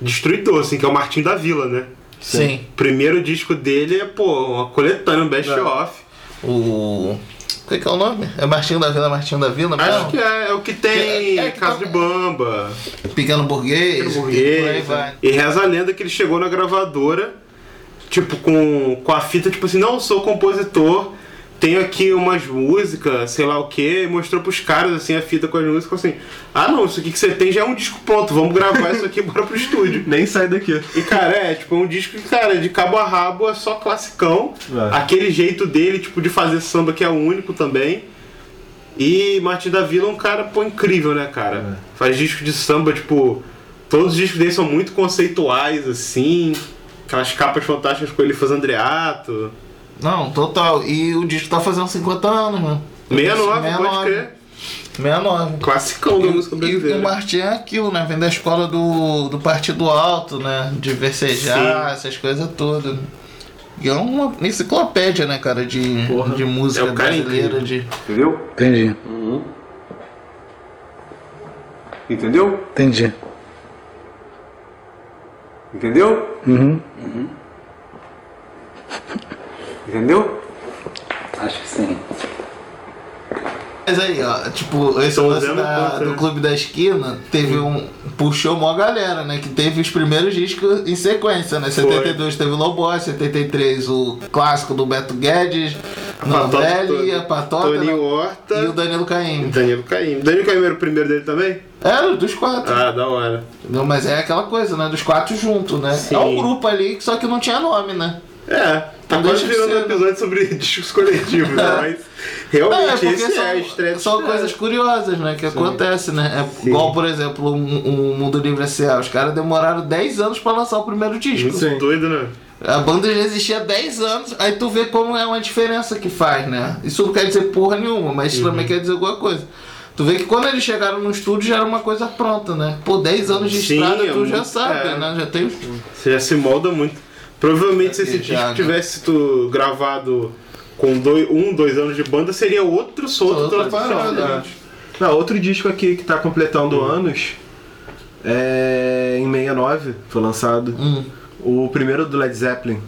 [SPEAKER 2] destruidor, assim, que é o Martim da Vila, né?
[SPEAKER 3] Sim.
[SPEAKER 2] O primeiro disco dele é, pô, uma coletânea, um best-of.
[SPEAKER 3] O. Qual é que é o nome? É Martinho da Vila, Martinho da Vila?
[SPEAKER 2] Acho
[SPEAKER 3] mesmo?
[SPEAKER 2] que é, é o que tem
[SPEAKER 3] É, é que
[SPEAKER 2] Casa
[SPEAKER 3] tá-
[SPEAKER 2] de Bamba,
[SPEAKER 3] Pequeno Burguês.
[SPEAKER 2] Pequeno
[SPEAKER 3] E por aí
[SPEAKER 2] Burguês. é.
[SPEAKER 3] vai.
[SPEAKER 2] E reza a lenda que ele chegou na gravadora, tipo, com, com a fita, tipo assim, não sou compositor, tenho aqui umas músicas, sei lá o que, mostrou pros caras assim a fita com as músicas assim, ah não, isso aqui que você tem já é um disco pronto, vamos gravar isso aqui e bora pro estúdio.
[SPEAKER 4] Nem sai daqui.
[SPEAKER 2] E cara, é tipo um disco que, cara, de cabo a rabo é só classicão.
[SPEAKER 4] É.
[SPEAKER 2] Aquele jeito dele, tipo, de fazer samba que é único também. E Martin da Vila é um cara, pô, incrível, né, cara?
[SPEAKER 3] É.
[SPEAKER 2] Faz disco de samba, tipo. Todos os discos dele são muito conceituais, assim. Aquelas capas fantásticas com ele fazendo Andreato.
[SPEAKER 3] Não, total. E o disco tá fazendo 50 anos, mano.
[SPEAKER 2] 69, pode crer.
[SPEAKER 3] 69.
[SPEAKER 2] Classicão da música
[SPEAKER 3] E o
[SPEAKER 2] brasileira.
[SPEAKER 3] Martin é aquilo, né? Vem da escola do, do Partido Alto, né? De versejar, essas coisas todas. E é uma enciclopédia, né, cara, de, de música
[SPEAKER 2] É o cara
[SPEAKER 3] brasileira.
[SPEAKER 2] incrível.
[SPEAKER 3] De...
[SPEAKER 10] Entendeu?
[SPEAKER 9] Entendi,
[SPEAKER 10] Entendeu?
[SPEAKER 9] entendi.
[SPEAKER 10] Entendeu?
[SPEAKER 9] Uhum.
[SPEAKER 10] Entendeu? Acho que sim.
[SPEAKER 3] Mas aí, ó, tipo, esse
[SPEAKER 2] Tô
[SPEAKER 3] lance
[SPEAKER 2] usando
[SPEAKER 3] da-
[SPEAKER 2] contra,
[SPEAKER 3] do
[SPEAKER 2] né?
[SPEAKER 3] Clube da Esquina teve um. Puxou mó galera, né? Que teve os primeiros discos em sequência, né? 72 teve o Lobos, 73 o clássico do Beto Guedes, Novelli, a
[SPEAKER 2] tá
[SPEAKER 3] Patota
[SPEAKER 2] Tony
[SPEAKER 3] né,
[SPEAKER 2] Horta.
[SPEAKER 3] e o Danilo Caim.
[SPEAKER 2] Danilo Caim. Danilo Caim era o primeiro dele também?
[SPEAKER 3] Era dos quatro.
[SPEAKER 2] Ah, da hora.
[SPEAKER 3] Não, mas é aquela coisa, né? Dos quatro juntos, né?
[SPEAKER 2] Sim.
[SPEAKER 3] É um grupo ali, só que não tinha nome, né?
[SPEAKER 2] É, tá
[SPEAKER 3] Não
[SPEAKER 2] quase
[SPEAKER 3] deixa de
[SPEAKER 2] virando um
[SPEAKER 3] ser, né?
[SPEAKER 2] episódio sobre discos coletivos, né? Mas
[SPEAKER 3] É,
[SPEAKER 2] realmente
[SPEAKER 3] porque
[SPEAKER 2] esse
[SPEAKER 3] são,
[SPEAKER 2] é a estreia.
[SPEAKER 3] são coisas curiosas, né? Que acontece, né? É igual, por exemplo, o um, um Mundo Livre S.A. Os caras demoraram 10 anos pra lançar o primeiro disco.
[SPEAKER 2] Muito doido, né?
[SPEAKER 3] A banda já existia há 10 anos, aí tu vê como é uma diferença que faz, né? Isso não quer dizer porra nenhuma, mas também
[SPEAKER 2] Uhum.
[SPEAKER 3] quer dizer alguma coisa. Tu vê que quando eles chegaram no estúdio já era uma coisa pronta, né? Pô, 10 anos de
[SPEAKER 2] Sim,
[SPEAKER 3] estrada
[SPEAKER 2] é
[SPEAKER 3] tu já
[SPEAKER 2] muito-
[SPEAKER 3] sabe,
[SPEAKER 2] é.
[SPEAKER 3] né? Já tem os
[SPEAKER 2] Você já se molda muito. Provavelmente se esse disco
[SPEAKER 3] Gaguejado.
[SPEAKER 2] tivesse sido gravado com dois, um, dois anos de banda, seria outro solto,
[SPEAKER 3] Outra
[SPEAKER 2] outra parada.
[SPEAKER 3] parada.
[SPEAKER 2] né?
[SPEAKER 4] Não, outro disco aqui que tá
[SPEAKER 3] Hum.
[SPEAKER 4] completando anos é em 69, foi lançado.
[SPEAKER 3] um-
[SPEAKER 4] O primeiro do Led Zeppelin.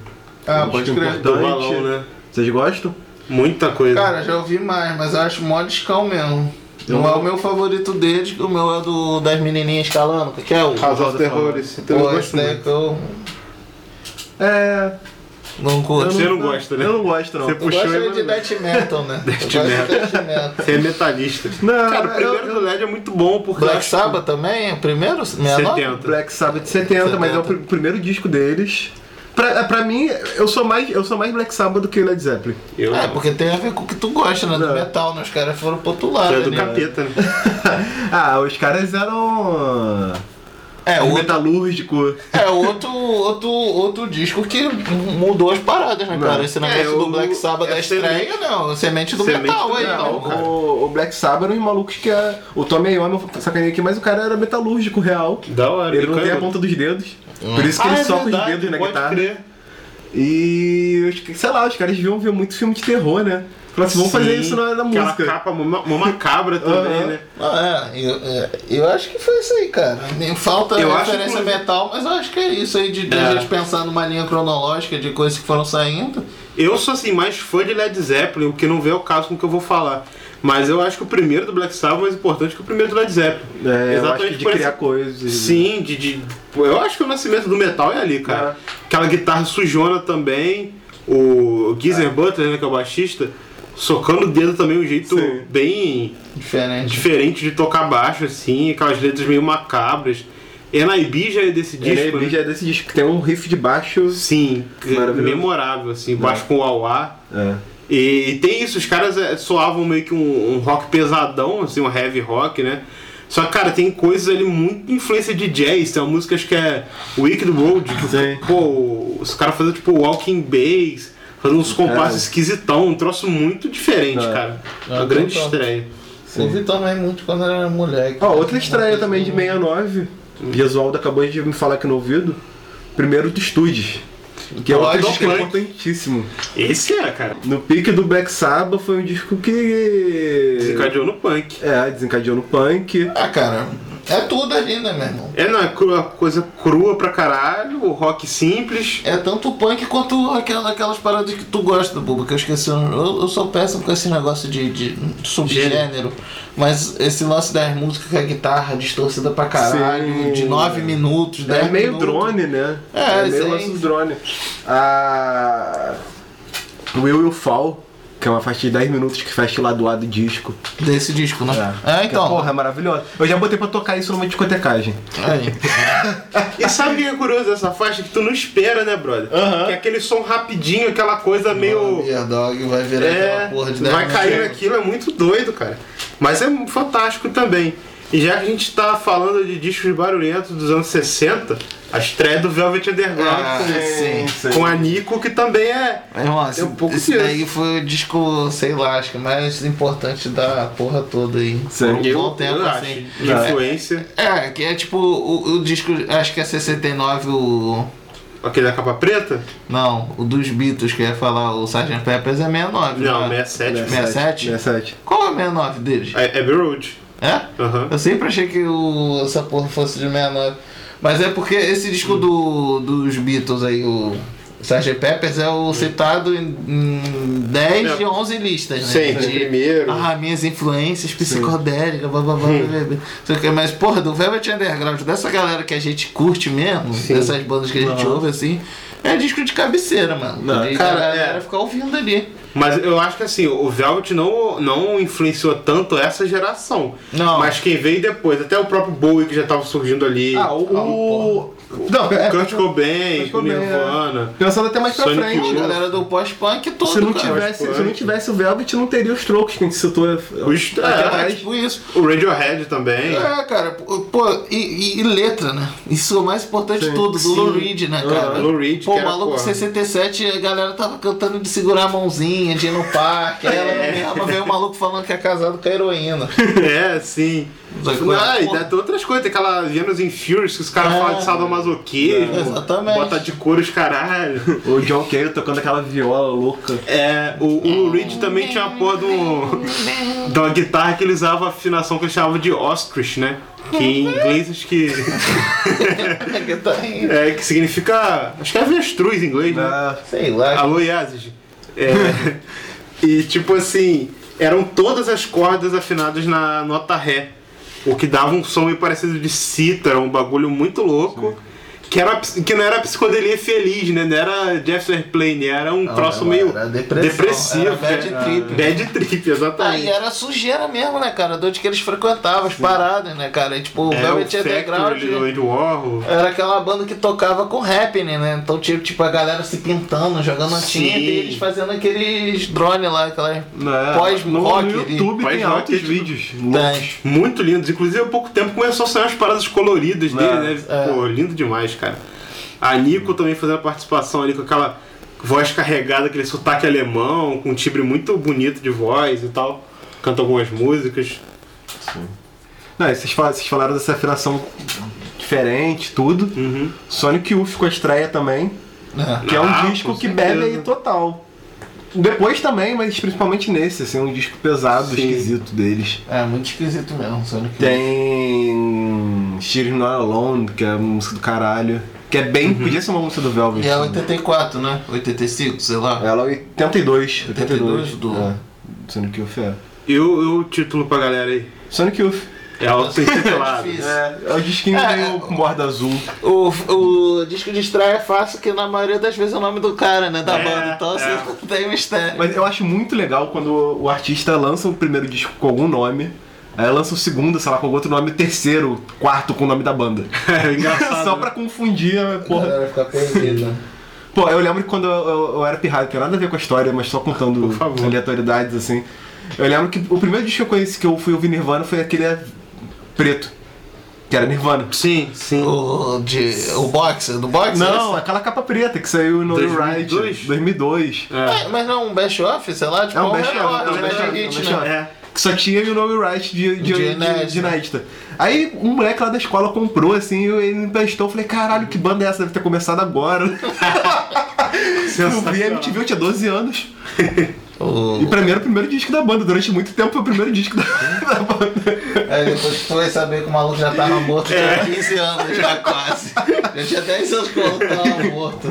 [SPEAKER 3] Ah,
[SPEAKER 4] Um
[SPEAKER 3] pode
[SPEAKER 4] disco
[SPEAKER 3] crer.
[SPEAKER 2] Do
[SPEAKER 4] importante.
[SPEAKER 2] balão, né?
[SPEAKER 4] Vocês gostam?
[SPEAKER 2] Muita coisa.
[SPEAKER 3] Cara, já ouvi mais, mas eu acho mó discão mesmo. Não é o meu favorito deles, o meu é do das menininhas calando, que é o.
[SPEAKER 2] House of Terrores. Então
[SPEAKER 4] um
[SPEAKER 2] eu
[SPEAKER 3] Pô,
[SPEAKER 2] gosto
[SPEAKER 3] esse daí
[SPEAKER 2] muito.
[SPEAKER 3] que eu
[SPEAKER 4] É.
[SPEAKER 3] não curto.
[SPEAKER 2] Você não gosta, né?
[SPEAKER 4] Eu não gosto, não.
[SPEAKER 2] Você
[SPEAKER 3] Eu
[SPEAKER 2] puxou
[SPEAKER 3] gosto é
[SPEAKER 2] e
[SPEAKER 3] de
[SPEAKER 2] mandou.
[SPEAKER 3] death metal, né? Eu gosto
[SPEAKER 2] metal.
[SPEAKER 3] de death metal.
[SPEAKER 2] Você é metalista.
[SPEAKER 4] Não,
[SPEAKER 2] Cara, o
[SPEAKER 4] eu-
[SPEAKER 2] primeiro do LED é muito bom, porque eu
[SPEAKER 3] Black
[SPEAKER 2] acho
[SPEAKER 3] Sabbath também? é o Primeiro? 69?
[SPEAKER 2] 70.
[SPEAKER 4] Black Sabbath 70, mas é o pr- primeiro disco deles. Pra, é, pra mim, eu sou, mais, eu sou mais Black Sabbath do que Led Zeppelin.
[SPEAKER 2] Eu,
[SPEAKER 3] É, porque tem a ver com o que tu gosta, né? Do
[SPEAKER 4] Não.
[SPEAKER 3] metal, né? Os caras foram pro outro lado.
[SPEAKER 2] Você é do
[SPEAKER 3] né?
[SPEAKER 2] capeta, né?
[SPEAKER 4] Ah, os caras eram.
[SPEAKER 3] É, o outro,
[SPEAKER 4] metalúrgico.
[SPEAKER 3] é outro, outro, outro disco que mudou as paradas, né, cara? Esse negócio
[SPEAKER 2] É, o-
[SPEAKER 3] do Black Sabbath
[SPEAKER 2] é
[SPEAKER 3] da estreia, não. Semente do
[SPEAKER 2] Semente
[SPEAKER 3] metal
[SPEAKER 2] do
[SPEAKER 3] aí,
[SPEAKER 2] metal,
[SPEAKER 3] ó.
[SPEAKER 2] cara.
[SPEAKER 4] O, o Black Sabbath eram os malucos que é. O Tommy Iommi, eu sacanei aqui, mas o cara era metalúrgico real.
[SPEAKER 2] Da hora.
[SPEAKER 4] Ele não
[SPEAKER 2] cara.
[SPEAKER 4] tem a ponta dos dedos. Por isso que
[SPEAKER 2] Ah,
[SPEAKER 4] ele
[SPEAKER 2] é
[SPEAKER 4] sopra os
[SPEAKER 2] verdade,
[SPEAKER 4] dedos na
[SPEAKER 2] pode
[SPEAKER 4] guitarra.
[SPEAKER 2] crer.
[SPEAKER 4] E os- sei lá, os caras deviam ver muito filme de terror, né? Falaram assim, vamos fazer
[SPEAKER 2] Sim,
[SPEAKER 4] isso na, na
[SPEAKER 2] aquela
[SPEAKER 4] música.
[SPEAKER 2] capa mó mó macabra também,
[SPEAKER 4] Aham.
[SPEAKER 2] né?
[SPEAKER 3] Ah, é, eu, é, eu acho que foi isso aí, cara. Nem falta
[SPEAKER 2] Eu acho,
[SPEAKER 3] referência
[SPEAKER 2] inclusive-
[SPEAKER 3] metal, mas eu acho que é isso aí de, de a gente pensar numa linha cronológica de coisas que foram saindo.
[SPEAKER 2] Eu sou assim, mais fã de Led Zeppelin, o que não vê é o caso com o que eu vou falar. Mas eu acho que o primeiro do Black Sabbath é mais importante que o primeiro do Led Zeppelin.
[SPEAKER 4] É, eu acho que de
[SPEAKER 2] por
[SPEAKER 4] criar
[SPEAKER 2] esse-
[SPEAKER 4] coisas. né?
[SPEAKER 2] Sim, de, de- pô, Eu acho que o nascimento do metal é ali, cara. Aquela guitarra sujona também, o Geezer Butler, né, que é o baixista, socando o dedo também um jeito
[SPEAKER 4] Sim.
[SPEAKER 2] bem
[SPEAKER 3] Diferente.
[SPEAKER 2] diferente de tocar baixo, assim, aquelas letras meio macabras. NIB já é desse disco,
[SPEAKER 4] Disco,
[SPEAKER 2] né?
[SPEAKER 4] já é desse disco que tem um riff de baixo.
[SPEAKER 2] Sim, que-
[SPEAKER 4] Maravilhoso.
[SPEAKER 2] memorável, assim, baixo com o auá.
[SPEAKER 4] É.
[SPEAKER 2] E, e tem isso, os caras é, soavam meio que um, um rock pesadão, assim, um heavy rock, né? Só que, cara, tem coisas ali muito influência de jazz, tem músicas que é Wicked Road, que,
[SPEAKER 4] Sim.
[SPEAKER 2] pô, os caras fazendo tipo Walking Bass, fazendo uns compassos
[SPEAKER 4] É.
[SPEAKER 2] esquisitão, um troço muito diferente,
[SPEAKER 4] É.
[SPEAKER 2] cara.
[SPEAKER 3] É,
[SPEAKER 2] Uma grande
[SPEAKER 3] total.
[SPEAKER 2] estreia.
[SPEAKER 3] Ouvi também muito quando era moleque.
[SPEAKER 4] Ó, outra estreia também de 69. Jesualdo acabou de me falar aqui no ouvido. Primeiro do Studios. Que é
[SPEAKER 3] Ó,
[SPEAKER 4] outro
[SPEAKER 3] do
[SPEAKER 4] disco
[SPEAKER 2] punk.
[SPEAKER 4] importantíssimo.
[SPEAKER 2] Esse é, cara.
[SPEAKER 4] No pique do Black Sabbath foi um disco que.
[SPEAKER 2] Desencadeou no punk.
[SPEAKER 4] É, desencadeou no punk.
[SPEAKER 3] Ah, cara, é tudo ali, né, meu irmão?
[SPEAKER 2] É, não, é crua, coisa crua pra caralho, o rock simples.
[SPEAKER 3] É tanto punk quanto aquela- aquelas paradas que tu gosta, Buba, que eu esqueci. o nome. Eu, eu sou péssimo com esse negócio de, de subgênero, mas esse lance das músicas com a guitarra distorcida pra caralho,
[SPEAKER 4] Sim.
[SPEAKER 3] de 9 minutos, 10
[SPEAKER 4] É meio
[SPEAKER 3] minutos.
[SPEAKER 4] drone, né?
[SPEAKER 3] É,
[SPEAKER 4] meio
[SPEAKER 3] sim.
[SPEAKER 4] lance do drone. A. Will Will Fall. que é uma faixa de 10 minutos que fecha lá do lado do disco.
[SPEAKER 3] Desse disco, né? É, então.
[SPEAKER 4] Que, porra, é maravilhosa. Eu já botei pra tocar isso numa discotecagem.
[SPEAKER 3] Aí.
[SPEAKER 2] E sabe o que é curioso dessa faixa? Que tu não espera, né, brother?
[SPEAKER 4] Aham.
[SPEAKER 2] Que é aquele som rapidinho, aquela coisa meio.
[SPEAKER 3] Underdog vai virar
[SPEAKER 2] É,
[SPEAKER 3] aquela porra de né?
[SPEAKER 2] vai
[SPEAKER 3] 10
[SPEAKER 2] cair
[SPEAKER 3] minutos.
[SPEAKER 2] naquilo, é muito doido, cara. Mas é fantástico também. E já que a gente tá falando de discos barulhentos dos anos 60, a estreia do Velvet Underground
[SPEAKER 3] Ah, sim,
[SPEAKER 2] com,
[SPEAKER 4] sim.
[SPEAKER 2] com a Nico, que também é.
[SPEAKER 3] Meu irmão, esse,
[SPEAKER 2] Tem um pouco
[SPEAKER 3] esse
[SPEAKER 2] disso.
[SPEAKER 3] daí foi o disco, sei lá, acho que mais importante da porra toda aí.
[SPEAKER 4] Sim.
[SPEAKER 3] Por um bom tempo,
[SPEAKER 2] eu acho,
[SPEAKER 3] assim.
[SPEAKER 2] de influência.
[SPEAKER 3] É, que é tipo o, o disco, acho que é 69 o.
[SPEAKER 2] Aquele da capa preta?
[SPEAKER 3] Não, o dos Beatles, que eu ia falar, o Sgt. Peppers é 69.
[SPEAKER 2] Não,
[SPEAKER 3] né?
[SPEAKER 2] 67.
[SPEAKER 3] 67?
[SPEAKER 4] 67.
[SPEAKER 3] Qual é o 69 deles?
[SPEAKER 2] É Abbey Road.
[SPEAKER 3] É?
[SPEAKER 2] Aham.
[SPEAKER 3] Eu sempre achei que o, essa porra fosse de 69. Mas é porque esse disco do, dos Beatles aí, o Sgt. Peppers, é o citado em, em 10
[SPEAKER 2] É.
[SPEAKER 3] de 11 listas, né?
[SPEAKER 2] Sim,
[SPEAKER 3] de,
[SPEAKER 2] primeiro.
[SPEAKER 3] Ah, minhas influências psicodélicas, blá blá blá, blá, blá, blá. Sei o que, Mas, porra, do Velvet Underground, dessa galera que a gente curte mesmo, dessas bandas que a gente ouve assim, é disco de cabeceira, mano. E
[SPEAKER 2] Cara,
[SPEAKER 3] a galera
[SPEAKER 2] é.
[SPEAKER 3] fica ouvindo ali.
[SPEAKER 2] Mas eu acho que assim, o Velvet não, não influenciou tanto essa geração.
[SPEAKER 3] Não.
[SPEAKER 2] Mas quem veio depois, até o próprio Bowie que já tava surgindo ali.
[SPEAKER 4] Ah, o. Não, é.
[SPEAKER 2] Kurt Cobain,
[SPEAKER 4] Kurt Cobain, é.
[SPEAKER 2] Nirvana.
[SPEAKER 4] Pensando até mais pra
[SPEAKER 2] Sonic
[SPEAKER 4] frente. né?
[SPEAKER 2] Youth.
[SPEAKER 3] A galera do pós-punk todo,
[SPEAKER 4] Se não,
[SPEAKER 3] cara.
[SPEAKER 4] tivesse, se não tivesse o Velvet, não teria os trocos que a gente citou.
[SPEAKER 2] Os- é,
[SPEAKER 3] É,
[SPEAKER 2] atrás.
[SPEAKER 3] tipo isso.
[SPEAKER 2] o Radiohead também.
[SPEAKER 3] É, cara, pô, pô, e, e- e letra, né? Isso é o mais importante de tudo, do Lou Reed, né, cara?
[SPEAKER 2] Lou Reed,
[SPEAKER 3] Pô,
[SPEAKER 2] que
[SPEAKER 3] o
[SPEAKER 2] era,
[SPEAKER 3] maluco
[SPEAKER 2] porra.
[SPEAKER 3] 67, a galera tava cantando de segurar a mãozinha, de ir no parque, aí ela mesma veio o maluco falando que é casado com a heroína.
[SPEAKER 2] É, sim.
[SPEAKER 3] Só que coisa-
[SPEAKER 2] Ah, e dá- tem outras coisas, tem aquela Venus in Furious que os caras
[SPEAKER 3] É.
[SPEAKER 2] falam de sadomasoquismo,
[SPEAKER 3] É, exatamente.
[SPEAKER 2] bota de couro os caralho.
[SPEAKER 4] O John Cale tocando aquela viola louca.
[SPEAKER 2] É, o, o Lou Reed também tinha a porra de, um, de uma guitarra que ele usava a afinação que eles chamavam de ostrich, né? Que em inglês acho que.
[SPEAKER 3] Que tá aí,
[SPEAKER 2] É, que significa. Acho que é avestruz em inglês, né?
[SPEAKER 3] Sei lá.
[SPEAKER 2] Alô, Yazid. É, e tipo assim, eram todas as cordas afinadas na nota Ré. O que dava um som meio parecido de cítara, um bagulho muito louco. Que, era, ps- que não era psicodelia feliz, né? Não era Jefferson Airplane, era um troço
[SPEAKER 3] não,
[SPEAKER 2] meio
[SPEAKER 3] era depressão,
[SPEAKER 2] depressivo.
[SPEAKER 3] era bad
[SPEAKER 2] né?
[SPEAKER 3] trip.
[SPEAKER 2] Bad trip,
[SPEAKER 3] tá Aí
[SPEAKER 2] exatamente.
[SPEAKER 3] era sujeira mesmo, né, cara? De onde que eles frequentavam, as paradas, né, cara? E, tipo, o
[SPEAKER 2] É, o
[SPEAKER 3] Velvet Underground.
[SPEAKER 2] Factory do Andy Warhol.
[SPEAKER 3] Era aquela banda que tocava com happening, né? Então tinha tipo a galera se pintando, jogando a
[SPEAKER 2] Sim.
[SPEAKER 3] tinta e eles fazendo aqueles drones lá, aquelas
[SPEAKER 4] Né? no,
[SPEAKER 3] pós-rock.
[SPEAKER 4] no YouTube
[SPEAKER 2] Pós-rock,
[SPEAKER 4] tem altos
[SPEAKER 2] tipo,
[SPEAKER 4] vídeos.
[SPEAKER 3] Tem.
[SPEAKER 2] Muito lindos. Inclusive, há pouco tempo começou a sair as paradas coloridas dele, né? Pô, lindo demais, cara. A Nico também fazendo a participação ali com aquela voz carregada, aquele sotaque alemão, com um timbre muito bonito de voz e tal. Canta algumas músicas.
[SPEAKER 4] Não, e vocês, fal- vocês falaram dessa afinação diferente, tudo. Sonic Youth com a estreia também. Que é um
[SPEAKER 2] Uhum. Ah,
[SPEAKER 4] disco
[SPEAKER 2] com
[SPEAKER 4] que
[SPEAKER 2] certeza.
[SPEAKER 4] bebe aí total. Depois também, mas principalmente nesse, assim, um disco pesado,
[SPEAKER 2] Sim. Uhum.
[SPEAKER 4] esquisito deles.
[SPEAKER 3] É muito esquisito mesmo, Sonic.
[SPEAKER 4] Tem. She's Not Alone, que é uma música do caralho. Que é
[SPEAKER 2] Uhum.
[SPEAKER 4] bem. Podia ser uma música do Velvet.
[SPEAKER 3] E é 84, né? 85, sei lá.
[SPEAKER 4] Ela é 82.
[SPEAKER 3] 82 do-
[SPEAKER 4] É. Sonic Youth é.
[SPEAKER 2] E o, e o título pra galera aí?
[SPEAKER 4] Sonic Youth.
[SPEAKER 2] É auto-intitulado.
[SPEAKER 3] difícil.
[SPEAKER 4] É, é o disquinho
[SPEAKER 3] É,
[SPEAKER 4] meio
[SPEAKER 3] é.
[SPEAKER 4] com borda azul.
[SPEAKER 3] O, o disco de estreia é fácil, que na maioria das vezes é o nome do cara, né? Da
[SPEAKER 2] É,
[SPEAKER 3] banda. Então
[SPEAKER 2] é.
[SPEAKER 3] assim, não tem mistério.
[SPEAKER 4] Mas eu acho muito legal quando o artista lança o primeiro disco com algum nome, aí lança o segundo, sei lá, com outro nome, o terceiro, quarto com o nome da banda.
[SPEAKER 2] É engraçado.
[SPEAKER 4] Só pra confundir, porra.
[SPEAKER 3] fica perdida.
[SPEAKER 4] Pô, eu lembro que quando eu, eu- eu era pirralho, que não tem nada a ver com a história, mas só contando
[SPEAKER 2] Por favor.
[SPEAKER 4] aleatoriedades, assim. Eu lembro que o primeiro disco que eu conheci, que eu fui ouvir Nirvana, foi aquele é, preto, que era Nirvana.
[SPEAKER 2] Sim, sim.
[SPEAKER 3] O, de, o boxer, do boxer?
[SPEAKER 4] Não, aquela capa preta que saiu no
[SPEAKER 2] 2002?
[SPEAKER 4] Ride 2002.
[SPEAKER 2] É.
[SPEAKER 3] É, mas não é um best off, sei lá, tipo,
[SPEAKER 4] É um best
[SPEAKER 3] recorte,
[SPEAKER 4] of, é um
[SPEAKER 3] né?
[SPEAKER 4] best of, é um
[SPEAKER 3] Hit,
[SPEAKER 4] best
[SPEAKER 3] né?
[SPEAKER 4] of.
[SPEAKER 2] É.
[SPEAKER 4] que só tinha o nome Wright de, de, de,
[SPEAKER 3] De
[SPEAKER 4] de,
[SPEAKER 3] Nightster.
[SPEAKER 4] Nightster. Aí um moleque lá da escola comprou, assim, e ele me emprestou. Eu falei, caralho, que banda é essa? Deve ter começado agora. eu vi a MTV, eu tinha 12 anos.
[SPEAKER 3] O-
[SPEAKER 4] E pra mim era o primeiro disco da banda. Durante muito tempo foi o primeiro disco da, da banda.
[SPEAKER 3] Aí depois tu vai saber que o maluco já tava morto, tinha 15 anos já quase. Já tinha 10 anos quando tava morto.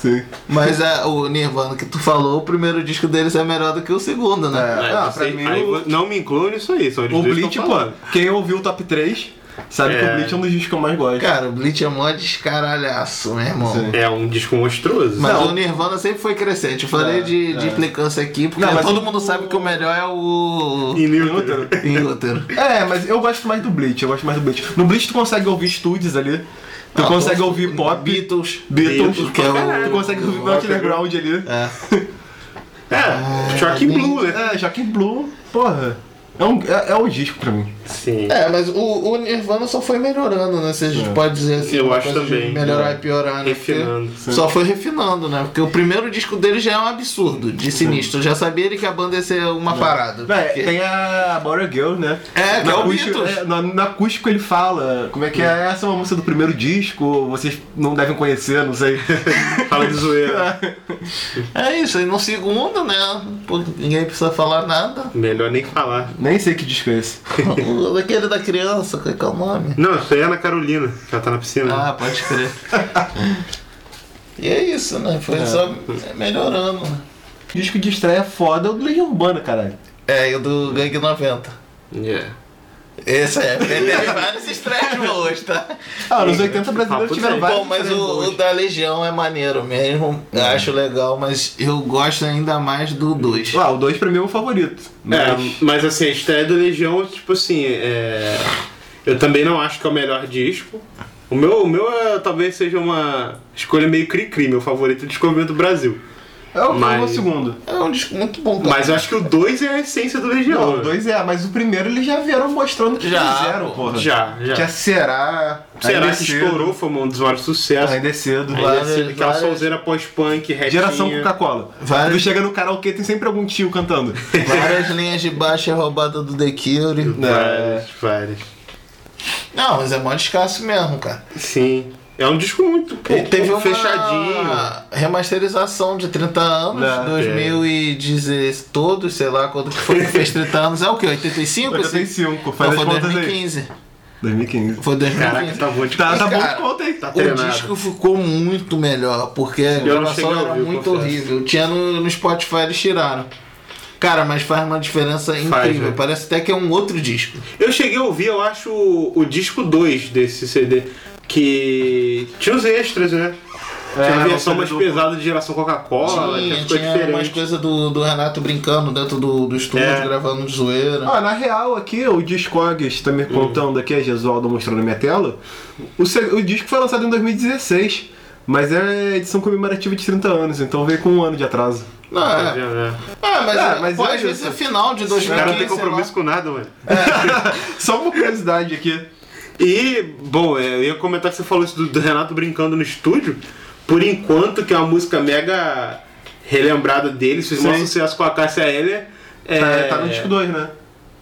[SPEAKER 4] Sim.
[SPEAKER 3] Mas é, o Nirvana que tu falou, o primeiro disco deles é melhor do que o segundo, né?
[SPEAKER 2] É,
[SPEAKER 4] Ah,
[SPEAKER 2] não,
[SPEAKER 4] pra
[SPEAKER 2] sei.
[SPEAKER 4] mim
[SPEAKER 2] Aí
[SPEAKER 4] o-
[SPEAKER 2] vo- não me incluo nisso aí, só eles
[SPEAKER 4] O
[SPEAKER 2] dois que
[SPEAKER 4] Bleach,
[SPEAKER 2] eu
[SPEAKER 4] pô,
[SPEAKER 2] falo.
[SPEAKER 4] quem ouviu o top 3 Sabe que
[SPEAKER 2] É.
[SPEAKER 4] o Bleach é um dos discos que eu mais gosto.
[SPEAKER 3] Cara, o Bleach é mó descaralhaço, meu irmão.
[SPEAKER 4] Sim.
[SPEAKER 2] É um disco monstruoso.
[SPEAKER 3] Mas
[SPEAKER 4] Não.
[SPEAKER 3] o Nirvana sempre foi crescente. Eu falei
[SPEAKER 4] É,
[SPEAKER 3] de, de
[SPEAKER 4] é.
[SPEAKER 3] implicância aqui, porque
[SPEAKER 4] Não, mas
[SPEAKER 3] todo
[SPEAKER 4] o-
[SPEAKER 3] mundo sabe que o melhor é o.
[SPEAKER 2] E Newton.
[SPEAKER 3] em útero.
[SPEAKER 4] É, mas eu gosto mais do Bleach, eu gosto mais do Bleach. No Bleach tu consegue ouvir Studios ali, tu
[SPEAKER 3] Ah,
[SPEAKER 4] consegue
[SPEAKER 3] então,
[SPEAKER 4] ouvir pop,
[SPEAKER 3] Beatles.
[SPEAKER 4] Beatles,
[SPEAKER 3] Beatles, que é o-
[SPEAKER 4] tu consegue ouvir Black Underground ali.
[SPEAKER 2] É, Joaquim Blue, né?
[SPEAKER 4] É, Joaquim Blue, porra, é um, é, é um disco pra mim.
[SPEAKER 2] Sim.
[SPEAKER 3] É, mas o, o Nirvana só foi melhorando, né? Se a gente
[SPEAKER 4] É.
[SPEAKER 3] pode dizer assim.
[SPEAKER 2] Eu
[SPEAKER 3] uma
[SPEAKER 2] acho
[SPEAKER 3] coisa de
[SPEAKER 2] também,
[SPEAKER 3] Melhorar
[SPEAKER 2] é.
[SPEAKER 3] e piorar, né?
[SPEAKER 2] Refinando,
[SPEAKER 3] Porque Só foi refinando, né? Porque o primeiro disco dele já é um absurdo, de sinistro. Já sabia ele que a banda ia ser uma parada.
[SPEAKER 4] É,
[SPEAKER 3] porque-
[SPEAKER 4] tem a Border Girl, né?
[SPEAKER 3] É, que
[SPEAKER 4] na
[SPEAKER 3] é o
[SPEAKER 4] acústico,
[SPEAKER 3] Beatles. Hum.
[SPEAKER 4] é, na, na acústico ele fala, como é que é, essa é uma música do primeiro disco, vocês não devem conhecer, não sei.
[SPEAKER 2] Fala de zoeira.
[SPEAKER 3] É isso, e no segundo, né? pô, ninguém precisa falar nada.
[SPEAKER 2] Melhor nem falar.
[SPEAKER 4] Nem sei que disco é esse.
[SPEAKER 3] O- Aquele da criança, qual é que é o nome?
[SPEAKER 2] Não, isso aí é Ana Carolina, que ela tá na
[SPEAKER 4] É.
[SPEAKER 2] piscina.
[SPEAKER 3] Ah, pode crer. e é isso, né? Foi só melhorando. né?
[SPEAKER 4] Disco de estreia foda é o do Legião Urbana, caralho.
[SPEAKER 3] É, e o do Gang 90.
[SPEAKER 2] Yeah.
[SPEAKER 3] Esse é, porque teve vários estreias boas, tá?
[SPEAKER 4] Ah, nos 80 brasileiros
[SPEAKER 2] Papo
[SPEAKER 4] tiveram
[SPEAKER 2] sério.
[SPEAKER 4] vários.
[SPEAKER 3] Bom, mas
[SPEAKER 4] estreias
[SPEAKER 3] o,
[SPEAKER 4] boas.
[SPEAKER 3] o da Legião é maneiro mesmo. Eu acho legal, mas eu gosto ainda mais do 2.
[SPEAKER 4] Ah, o 2 pra mim é o favorito.
[SPEAKER 2] É, mas assim, a estreia do Legião, tipo assim, é... eu também não acho que é o melhor disco. O meu, o meu é, talvez seja uma escolha meio cri-cri, meu favorito é Descobrimento do Brasil.
[SPEAKER 4] É o,
[SPEAKER 2] Mas-
[SPEAKER 4] é o segundo.
[SPEAKER 3] É um disco muito bom, cara.
[SPEAKER 2] Mas eu acho que o 2 é a essência do Legião.
[SPEAKER 4] Não, o 2 é, mas o primeiro eles já vieram mostrando que
[SPEAKER 3] Já,
[SPEAKER 4] fizeram,
[SPEAKER 3] pô.
[SPEAKER 4] porra.
[SPEAKER 2] Já, já.
[SPEAKER 4] Tinha Será.
[SPEAKER 2] Será
[SPEAKER 4] é Ainda é
[SPEAKER 2] que
[SPEAKER 4] Cedo,
[SPEAKER 2] estourou? Foi um dos maiores sucessos.
[SPEAKER 4] Ainda é cedo.
[SPEAKER 2] Ainda é
[SPEAKER 3] Várias-
[SPEAKER 2] cedo, Aquela
[SPEAKER 3] várias-
[SPEAKER 2] solzeira pós-punk, retinha.
[SPEAKER 4] Geração Coca-Cola.
[SPEAKER 3] Várias-
[SPEAKER 4] Quando chega no karaokê tem sempre algum tio cantando.
[SPEAKER 3] Várias linhas de baixo é roubada do The Cure.
[SPEAKER 2] É.
[SPEAKER 4] É.
[SPEAKER 2] Várias, várias.
[SPEAKER 3] Não, mas é mó descasso mesmo, cara.
[SPEAKER 2] Sim. É um disco muito pô,
[SPEAKER 3] E teve uma
[SPEAKER 2] um fechadinho.
[SPEAKER 3] remasterização de 30 anos,
[SPEAKER 4] Não,
[SPEAKER 3] 2010 todos, sei lá, quando que foi que fez 30 anos. É o quê? 85?
[SPEAKER 4] 85,
[SPEAKER 3] Não,
[SPEAKER 4] faz
[SPEAKER 3] foi
[SPEAKER 4] as contas aí.
[SPEAKER 3] 2015.
[SPEAKER 4] 2015.
[SPEAKER 3] Foi 2015.
[SPEAKER 2] Caraca, tá bom de
[SPEAKER 4] Tá, tá bom
[SPEAKER 3] Cara,
[SPEAKER 4] de conta aí.
[SPEAKER 2] Tá
[SPEAKER 3] O
[SPEAKER 2] treinado.
[SPEAKER 3] disco ficou muito melhor, porque a
[SPEAKER 2] não
[SPEAKER 3] gravação
[SPEAKER 2] cheguei a
[SPEAKER 3] era
[SPEAKER 2] ouvir,
[SPEAKER 3] muito
[SPEAKER 2] confesso.
[SPEAKER 3] horrível. Tinha no, no Spotify, eles tiraram. Cara, mas faz uma diferença incrível.
[SPEAKER 2] né?
[SPEAKER 3] Parece até que é um outro disco.
[SPEAKER 2] Eu cheguei a ouvir, eu acho, o, o disco 2 desse CD. Que tinha os extras, né?
[SPEAKER 4] É,
[SPEAKER 2] tinha a versão
[SPEAKER 4] você
[SPEAKER 2] mais
[SPEAKER 4] do-
[SPEAKER 2] pesada de geração Coca-Cola, que
[SPEAKER 3] tinha
[SPEAKER 2] ficou
[SPEAKER 3] tinha umas
[SPEAKER 2] diferente.
[SPEAKER 3] coisas do, do Renato brincando dentro do, do estúdio,
[SPEAKER 2] É.
[SPEAKER 3] gravando de zoeira.
[SPEAKER 4] Ah, na real, aqui o Discogs tá me contando aqui, a Gesualdo mostrando na minha tela. O, se- o disco foi lançado em 2016, mas é edição comemorativa de 30 anos, então veio com um ano de atraso.
[SPEAKER 3] Não, é, Ah, mas,
[SPEAKER 4] Ah, mas
[SPEAKER 3] pô,
[SPEAKER 4] é
[SPEAKER 3] às vezes
[SPEAKER 4] isso.
[SPEAKER 3] é final de
[SPEAKER 2] Os caras né? não
[SPEAKER 3] 2015.
[SPEAKER 2] tem compromisso com nada, mano.
[SPEAKER 4] Só uma curiosidade aqui.
[SPEAKER 2] E, bom, é, eu ia comentar que você falou isso do, do Renato brincando no estúdio. Por enquanto, que é uma música mega relembrada deles, fez um
[SPEAKER 4] Sim.
[SPEAKER 2] sucesso com a Cássia Heller. É...
[SPEAKER 4] Tá, tá no disco 2, né?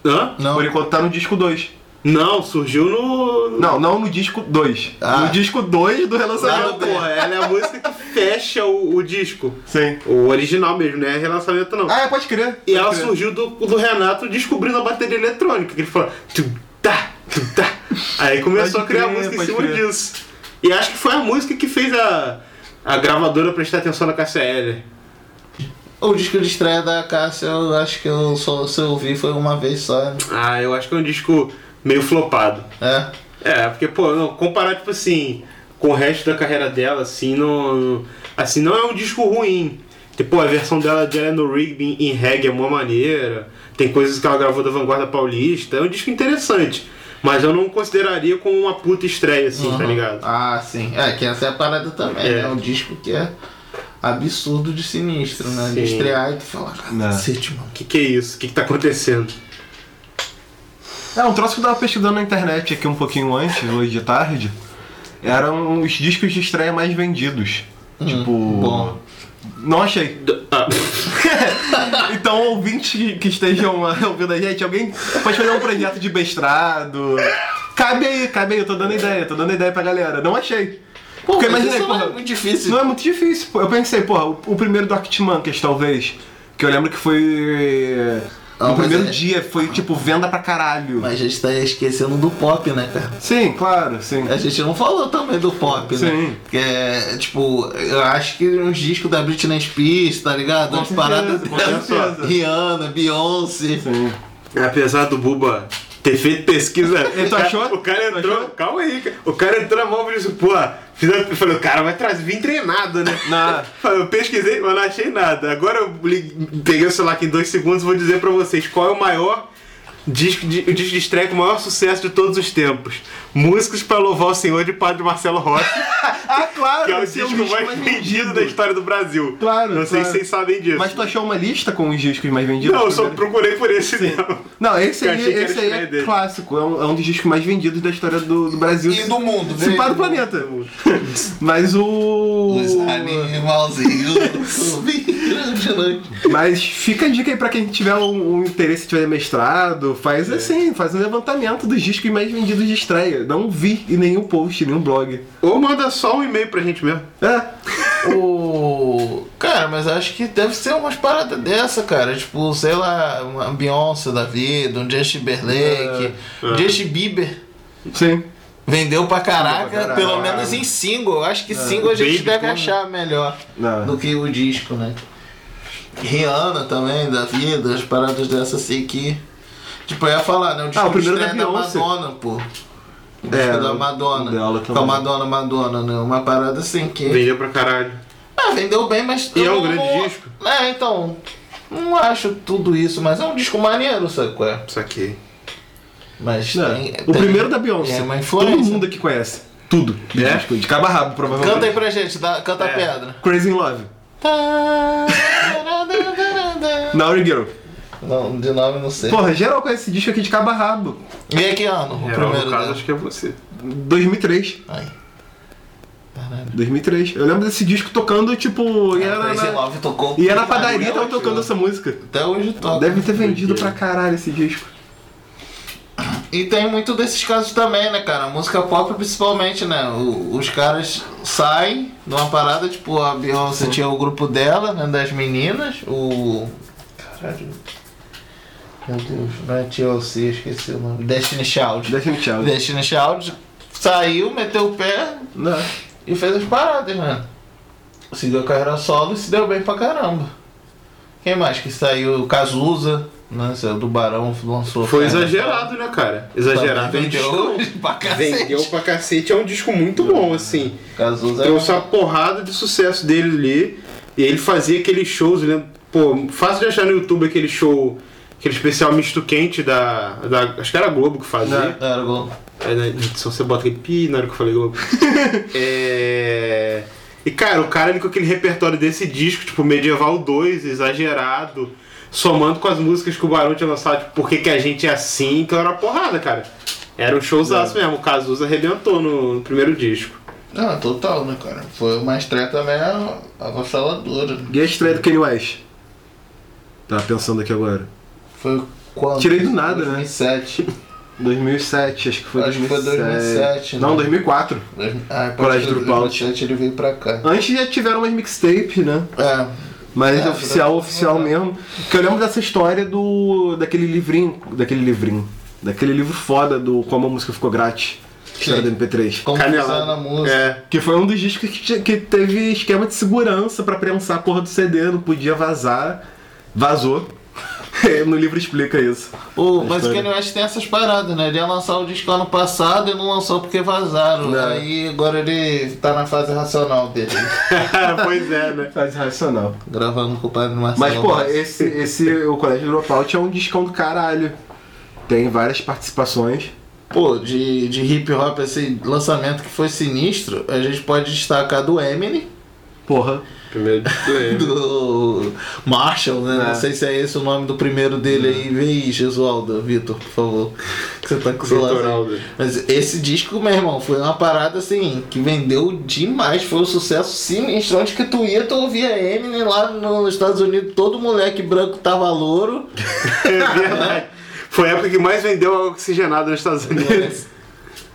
[SPEAKER 2] Hã?
[SPEAKER 3] Não.
[SPEAKER 4] Por enquanto tá no disco 2.
[SPEAKER 2] Não, surgiu no.
[SPEAKER 4] Não, não no disco 2.
[SPEAKER 3] Ah.
[SPEAKER 4] No disco 2 do
[SPEAKER 2] Não,
[SPEAKER 4] relançamento.
[SPEAKER 2] porra, ela é a música que fecha o, o disco.
[SPEAKER 4] Sim.
[SPEAKER 2] O original mesmo, não é relançamento não.
[SPEAKER 4] Ah, é, pode crer.
[SPEAKER 2] e
[SPEAKER 4] pode
[SPEAKER 2] ela
[SPEAKER 4] crer.
[SPEAKER 2] surgiu do, do Renato descobrindo a bateria eletrônica, que ele falou. Tum, tá, tum, tá. Aí começou
[SPEAKER 4] Pode
[SPEAKER 2] a criar
[SPEAKER 4] crer,
[SPEAKER 2] música em
[SPEAKER 4] pode
[SPEAKER 2] cima
[SPEAKER 4] crer.
[SPEAKER 2] disso. E acho que foi a música que fez a, a gravadora prestar atenção na KCL.
[SPEAKER 3] O disco de estreia da Cássia, eu acho que eu só se eu ouvi foi uma vez só. né?
[SPEAKER 2] Ah, eu acho que é um disco meio flopado.
[SPEAKER 3] É.
[SPEAKER 2] É, porque, pô, não, comparar, tipo assim, com o resto da carreira dela, assim, não. Assim, não é um disco ruim. Tipo, a versão dela de Eleanor Rigby em reggae é uma maneira. Tem coisas que ela gravou da Vanguarda Paulista. É um disco interessante. Mas eu não consideraria como uma puta estreia, assim, tá ligado?
[SPEAKER 3] Ah, sim. É, que essa é a parada também.
[SPEAKER 2] É.
[SPEAKER 3] né? É um disco que é absurdo de sinistro, né? De
[SPEAKER 2] Sim.
[SPEAKER 3] estrear e tu falar, cacete,
[SPEAKER 4] Né?
[SPEAKER 3] mano.
[SPEAKER 2] O que, que é isso? O que, que tá acontecendo?
[SPEAKER 4] É, um troço que eu tava pesquisando na internet aqui um pouquinho antes, hoje de tarde, eram os discos de estreia mais vendidos. tipo.
[SPEAKER 3] bom.
[SPEAKER 4] Não achei.
[SPEAKER 2] Ah,
[SPEAKER 4] Então, ouvintes que- que estejam ah, ouvindo a gente, alguém pode fazer um projeto de mestrado. Cabe aí, cabe aí, eu tô dando ideia, tô dando ideia pra galera. Não achei.
[SPEAKER 3] Pô,
[SPEAKER 4] Porque
[SPEAKER 3] mas
[SPEAKER 4] imaginei,
[SPEAKER 3] isso não
[SPEAKER 4] porra,
[SPEAKER 3] é muito difícil.
[SPEAKER 4] Não é muito difícil, pô. Eu pensei, porra, o, o primeiro do Arctic Monkeys, talvez. Que eu lembro que foi.
[SPEAKER 3] Ah,
[SPEAKER 4] no
[SPEAKER 3] mas
[SPEAKER 4] primeiro
[SPEAKER 3] é-
[SPEAKER 4] dia, foi tipo venda pra caralho.
[SPEAKER 3] Mas a gente tá esquecendo do pop, né, cara?
[SPEAKER 4] Sim, claro, sim.
[SPEAKER 3] A gente não falou também do pop, né?
[SPEAKER 4] Sim.
[SPEAKER 3] Que é, tipo, eu acho que uns discos da Britney Spears, tá ligado?
[SPEAKER 4] Com
[SPEAKER 3] As paradas
[SPEAKER 4] certeza, com
[SPEAKER 3] dela.
[SPEAKER 4] certeza.
[SPEAKER 3] Rihanna, Beyoncé.
[SPEAKER 4] Sim.
[SPEAKER 2] É, apesar do Buba ter feito pesquisa.
[SPEAKER 4] tu
[SPEAKER 2] O cara-
[SPEAKER 4] achou?
[SPEAKER 2] O cara
[SPEAKER 4] Tu
[SPEAKER 2] entrou.
[SPEAKER 4] achou?
[SPEAKER 2] Calma aí, cara. O cara entrou na mão e disse, pô, fiz a- falei, o cara vai trazer, vim treinado, né?
[SPEAKER 4] Não.
[SPEAKER 2] Falei, Eu pesquisei, mas não achei nada. Agora eu li- peguei o celular aqui em dois segundos e vou dizer pra vocês qual é o maior disco de, o disco de estreia com o maior sucesso de todos os tempos. Músicos pra louvar o Senhor de Padre Marcelo Rossi,
[SPEAKER 4] Ah, claro!
[SPEAKER 2] que é o
[SPEAKER 4] esse
[SPEAKER 2] disco
[SPEAKER 4] disco
[SPEAKER 2] mais vendido da história do Brasil.
[SPEAKER 4] Claro,
[SPEAKER 2] Não sei
[SPEAKER 4] claro.
[SPEAKER 2] se vocês sabem disso.
[SPEAKER 4] Mas tu achou uma lista com os discos mais vendidos?
[SPEAKER 2] Não, eu só
[SPEAKER 4] Primeiro-
[SPEAKER 2] procurei por esse mesmo.
[SPEAKER 4] Não, esse
[SPEAKER 2] Eu
[SPEAKER 4] aí,
[SPEAKER 2] achei que era
[SPEAKER 4] esse aí
[SPEAKER 2] estreia
[SPEAKER 4] é
[SPEAKER 2] dele.
[SPEAKER 4] clássico, é um, é um dos discos mais vendidos da história do, do Brasil.
[SPEAKER 3] E do mundo,
[SPEAKER 4] Se
[SPEAKER 3] né?
[SPEAKER 4] para o planeta. Mas o.
[SPEAKER 3] Os animalzinhos subiram de noite.
[SPEAKER 4] Mas fica a dica aí pra quem tiver um, um interesse, tiver mestrado, faz
[SPEAKER 2] É.
[SPEAKER 4] assim, faz um levantamento dos discos mais vendidos de estreia. Não vi em nenhum post, nenhum blog.
[SPEAKER 2] Ou manda só um e-mail pra gente mesmo.
[SPEAKER 4] É.
[SPEAKER 3] O... Cara, mas acho que deve ser umas paradas dessa, cara. Tipo, sei lá, uma Beyoncé da vida, um Justin Timberlake,
[SPEAKER 4] É,
[SPEAKER 3] um Justin Bieber.
[SPEAKER 4] Sim.
[SPEAKER 3] Vendeu pra caraca,
[SPEAKER 4] Vendeu pra É.
[SPEAKER 3] pelo
[SPEAKER 4] caralho.
[SPEAKER 3] menos em single. Eu Acho que single a gente
[SPEAKER 2] Baby
[SPEAKER 3] deve
[SPEAKER 2] Boom.
[SPEAKER 3] achar melhor
[SPEAKER 4] É.
[SPEAKER 3] do que o disco, né? Rihanna também, da vida, as paradas dessa assim que. Tipo, eu ia falar, né? O disco
[SPEAKER 4] Ah, o primeiro
[SPEAKER 3] de
[SPEAKER 4] da
[SPEAKER 3] estreia
[SPEAKER 4] Beyoncé.
[SPEAKER 3] Madonna, pô. O disco
[SPEAKER 4] É,
[SPEAKER 3] da
[SPEAKER 4] o
[SPEAKER 3] Madonna.
[SPEAKER 4] dela
[SPEAKER 3] Com a
[SPEAKER 4] também.
[SPEAKER 3] Madonna, Madonna, né? Uma parada assim que.
[SPEAKER 2] Vendeu pra caralho.
[SPEAKER 3] Ah, vendeu bem, mas.
[SPEAKER 2] E
[SPEAKER 3] eu
[SPEAKER 2] é um
[SPEAKER 3] não-
[SPEAKER 2] grande disco?
[SPEAKER 3] É, então. Não acho tudo isso, mas é um disco maneiro, sabe qual é?
[SPEAKER 2] Saquei.
[SPEAKER 3] Mas
[SPEAKER 4] É.
[SPEAKER 3] tem-
[SPEAKER 4] o
[SPEAKER 3] tem-
[SPEAKER 4] primeiro da Beyoncé.
[SPEAKER 3] É uma influência.
[SPEAKER 4] Todo mundo aqui conhece. Tudo. do
[SPEAKER 2] É?
[SPEAKER 4] disco, de cabo a rabo, provavelmente.
[SPEAKER 3] Canta aí pra gente, dá- canta
[SPEAKER 4] É.
[SPEAKER 3] a pedra. Tá,
[SPEAKER 4] Crazy in Love. Naughty Girl.
[SPEAKER 3] Não, de nome não sei.
[SPEAKER 4] Porra, geral conhece esse disco aqui de cabo a rabo.
[SPEAKER 3] E é que ano? O
[SPEAKER 2] É,
[SPEAKER 3] primeiro
[SPEAKER 2] no caso,
[SPEAKER 3] dela.
[SPEAKER 2] acho que é você.
[SPEAKER 4] 2003.
[SPEAKER 3] Aí.
[SPEAKER 4] 2003. Eu lembro desse disco tocando, tipo. E era,
[SPEAKER 3] É, Crazy
[SPEAKER 4] na,
[SPEAKER 3] Love É tocou.
[SPEAKER 4] e era na
[SPEAKER 3] pra
[SPEAKER 4] padaria
[SPEAKER 3] caralho,
[SPEAKER 4] tava tocando essa música.
[SPEAKER 3] Até hoje toca.
[SPEAKER 4] Deve ter vendido pra caralho esse disco.
[SPEAKER 3] E tem muito desses casos também, né, cara? Música pop principalmente, né? O- os caras saem de uma parada, tipo, a Beyoncé tinha o grupo dela, né? Das meninas, o. Caralho. Meu Deus, não é TLC, esqueci o nome. Destiny Child.
[SPEAKER 4] Destiny Child.
[SPEAKER 3] Destiny Child saiu, meteu o pé
[SPEAKER 4] Não.
[SPEAKER 3] e fez as paradas, né? Seguiu a carreira solo e se deu bem pra caramba. Quem mais que saiu? Cazuza, né? Saiu do Barão, lançou.
[SPEAKER 2] Foi
[SPEAKER 3] carreira
[SPEAKER 2] exagerado, né, cara? Exagerado. é um
[SPEAKER 3] Vendeu
[SPEAKER 2] disco-
[SPEAKER 3] pra cacete.
[SPEAKER 2] Vendeu pra cacete. É um disco muito bom, assim.
[SPEAKER 3] Cazuza
[SPEAKER 2] Trouxe uma porrada de sucesso dele ali. E ele fazia aqueles shows, eu lembro. Pô, fácil de achar no YouTube aquele show, aquele especial misto quente da. da- acho que era a Globo que
[SPEAKER 4] um
[SPEAKER 2] fazia.
[SPEAKER 3] era gol.
[SPEAKER 2] Aí na edição É, né, você bota aquele pi na hora que eu falei Globo. é... E cara, o cara ele com aquele repertório desse disco, tipo Medieval 2, exagerado, somando com as músicas que o Barão tinha lançado, tipo, Por que, que a gente é assim, então era uma porrada, cara. Era um
[SPEAKER 3] É.
[SPEAKER 2] showzaço mesmo, o Cazuza arrebentou no, no primeiro disco.
[SPEAKER 3] Ah, total, né, cara? Foi uma estreia também avassaladora.
[SPEAKER 4] E a é estreia do Kanye West? Tava pensando aqui agora.
[SPEAKER 3] Foi quando?
[SPEAKER 4] Tirei do nada, né?
[SPEAKER 3] 2007.
[SPEAKER 4] 2007, acho que foi
[SPEAKER 3] Acho que foi
[SPEAKER 4] 2007.
[SPEAKER 3] 2007,
[SPEAKER 4] Não,
[SPEAKER 3] né?
[SPEAKER 4] 2004.
[SPEAKER 3] Ah, pode
[SPEAKER 4] Colégio
[SPEAKER 3] ser,
[SPEAKER 4] Dropout.
[SPEAKER 3] 2007 ele veio pra cá.
[SPEAKER 4] Antes já tiveram umas mixtape, né?
[SPEAKER 3] É.
[SPEAKER 4] Mas
[SPEAKER 3] É,
[SPEAKER 4] oficial,
[SPEAKER 3] já-
[SPEAKER 4] oficial mesmo. Porque eu lembro dessa história do. daquele livrinho. Daquele livrinho. Daquele livro foda do Como a Música Ficou Grátis. História do
[SPEAKER 3] Sim.
[SPEAKER 4] MP3.
[SPEAKER 3] Como
[SPEAKER 2] Canelada.
[SPEAKER 3] usar na música.
[SPEAKER 2] É.
[SPEAKER 4] Que foi um dos discos que, tinha- que teve esquema de segurança pra prensar a porra do CD, não podia vazar. Vazou. no livro explica isso.
[SPEAKER 3] O,
[SPEAKER 4] A
[SPEAKER 3] mas o
[SPEAKER 4] história.
[SPEAKER 3] Kanye West tem essas paradas, né? Ele ia lançar o disco ano passado e não lançou porque vazaram.
[SPEAKER 4] Não.
[SPEAKER 3] Aí agora ele tá na fase racional dele.
[SPEAKER 2] pois é, né?
[SPEAKER 4] Faz racional.
[SPEAKER 3] gravando com o padre Marcelo.
[SPEAKER 4] Mas, porra,
[SPEAKER 3] Bastos.
[SPEAKER 4] esse, esse o Colégio Dropout é um discão do caralho. Tem várias participações.
[SPEAKER 3] Pô, de, de hip hop, esse lançamento que foi sinistro, a gente pode destacar do Eminem,
[SPEAKER 4] Porra.
[SPEAKER 2] Primeiro disco
[SPEAKER 3] é.
[SPEAKER 2] dele.
[SPEAKER 3] do Marshall, né? Não sei se é esse o nome do primeiro dele
[SPEAKER 2] É.
[SPEAKER 3] aí. Vê aí, Jesualdo, Vitor, por favor. Que você tá com o
[SPEAKER 2] Vitor
[SPEAKER 3] celular.
[SPEAKER 2] Aldo.
[SPEAKER 3] Mas esse disco, meu irmão, foi uma parada assim, que vendeu demais. Foi um sucesso sinistro. Onde que tu ia, tu ouvia Eminem lá nos Estados Unidos, todo moleque branco tava louro.
[SPEAKER 2] É verdade. Foi a época que mais vendeu água oxigenada nos Estados Unidos.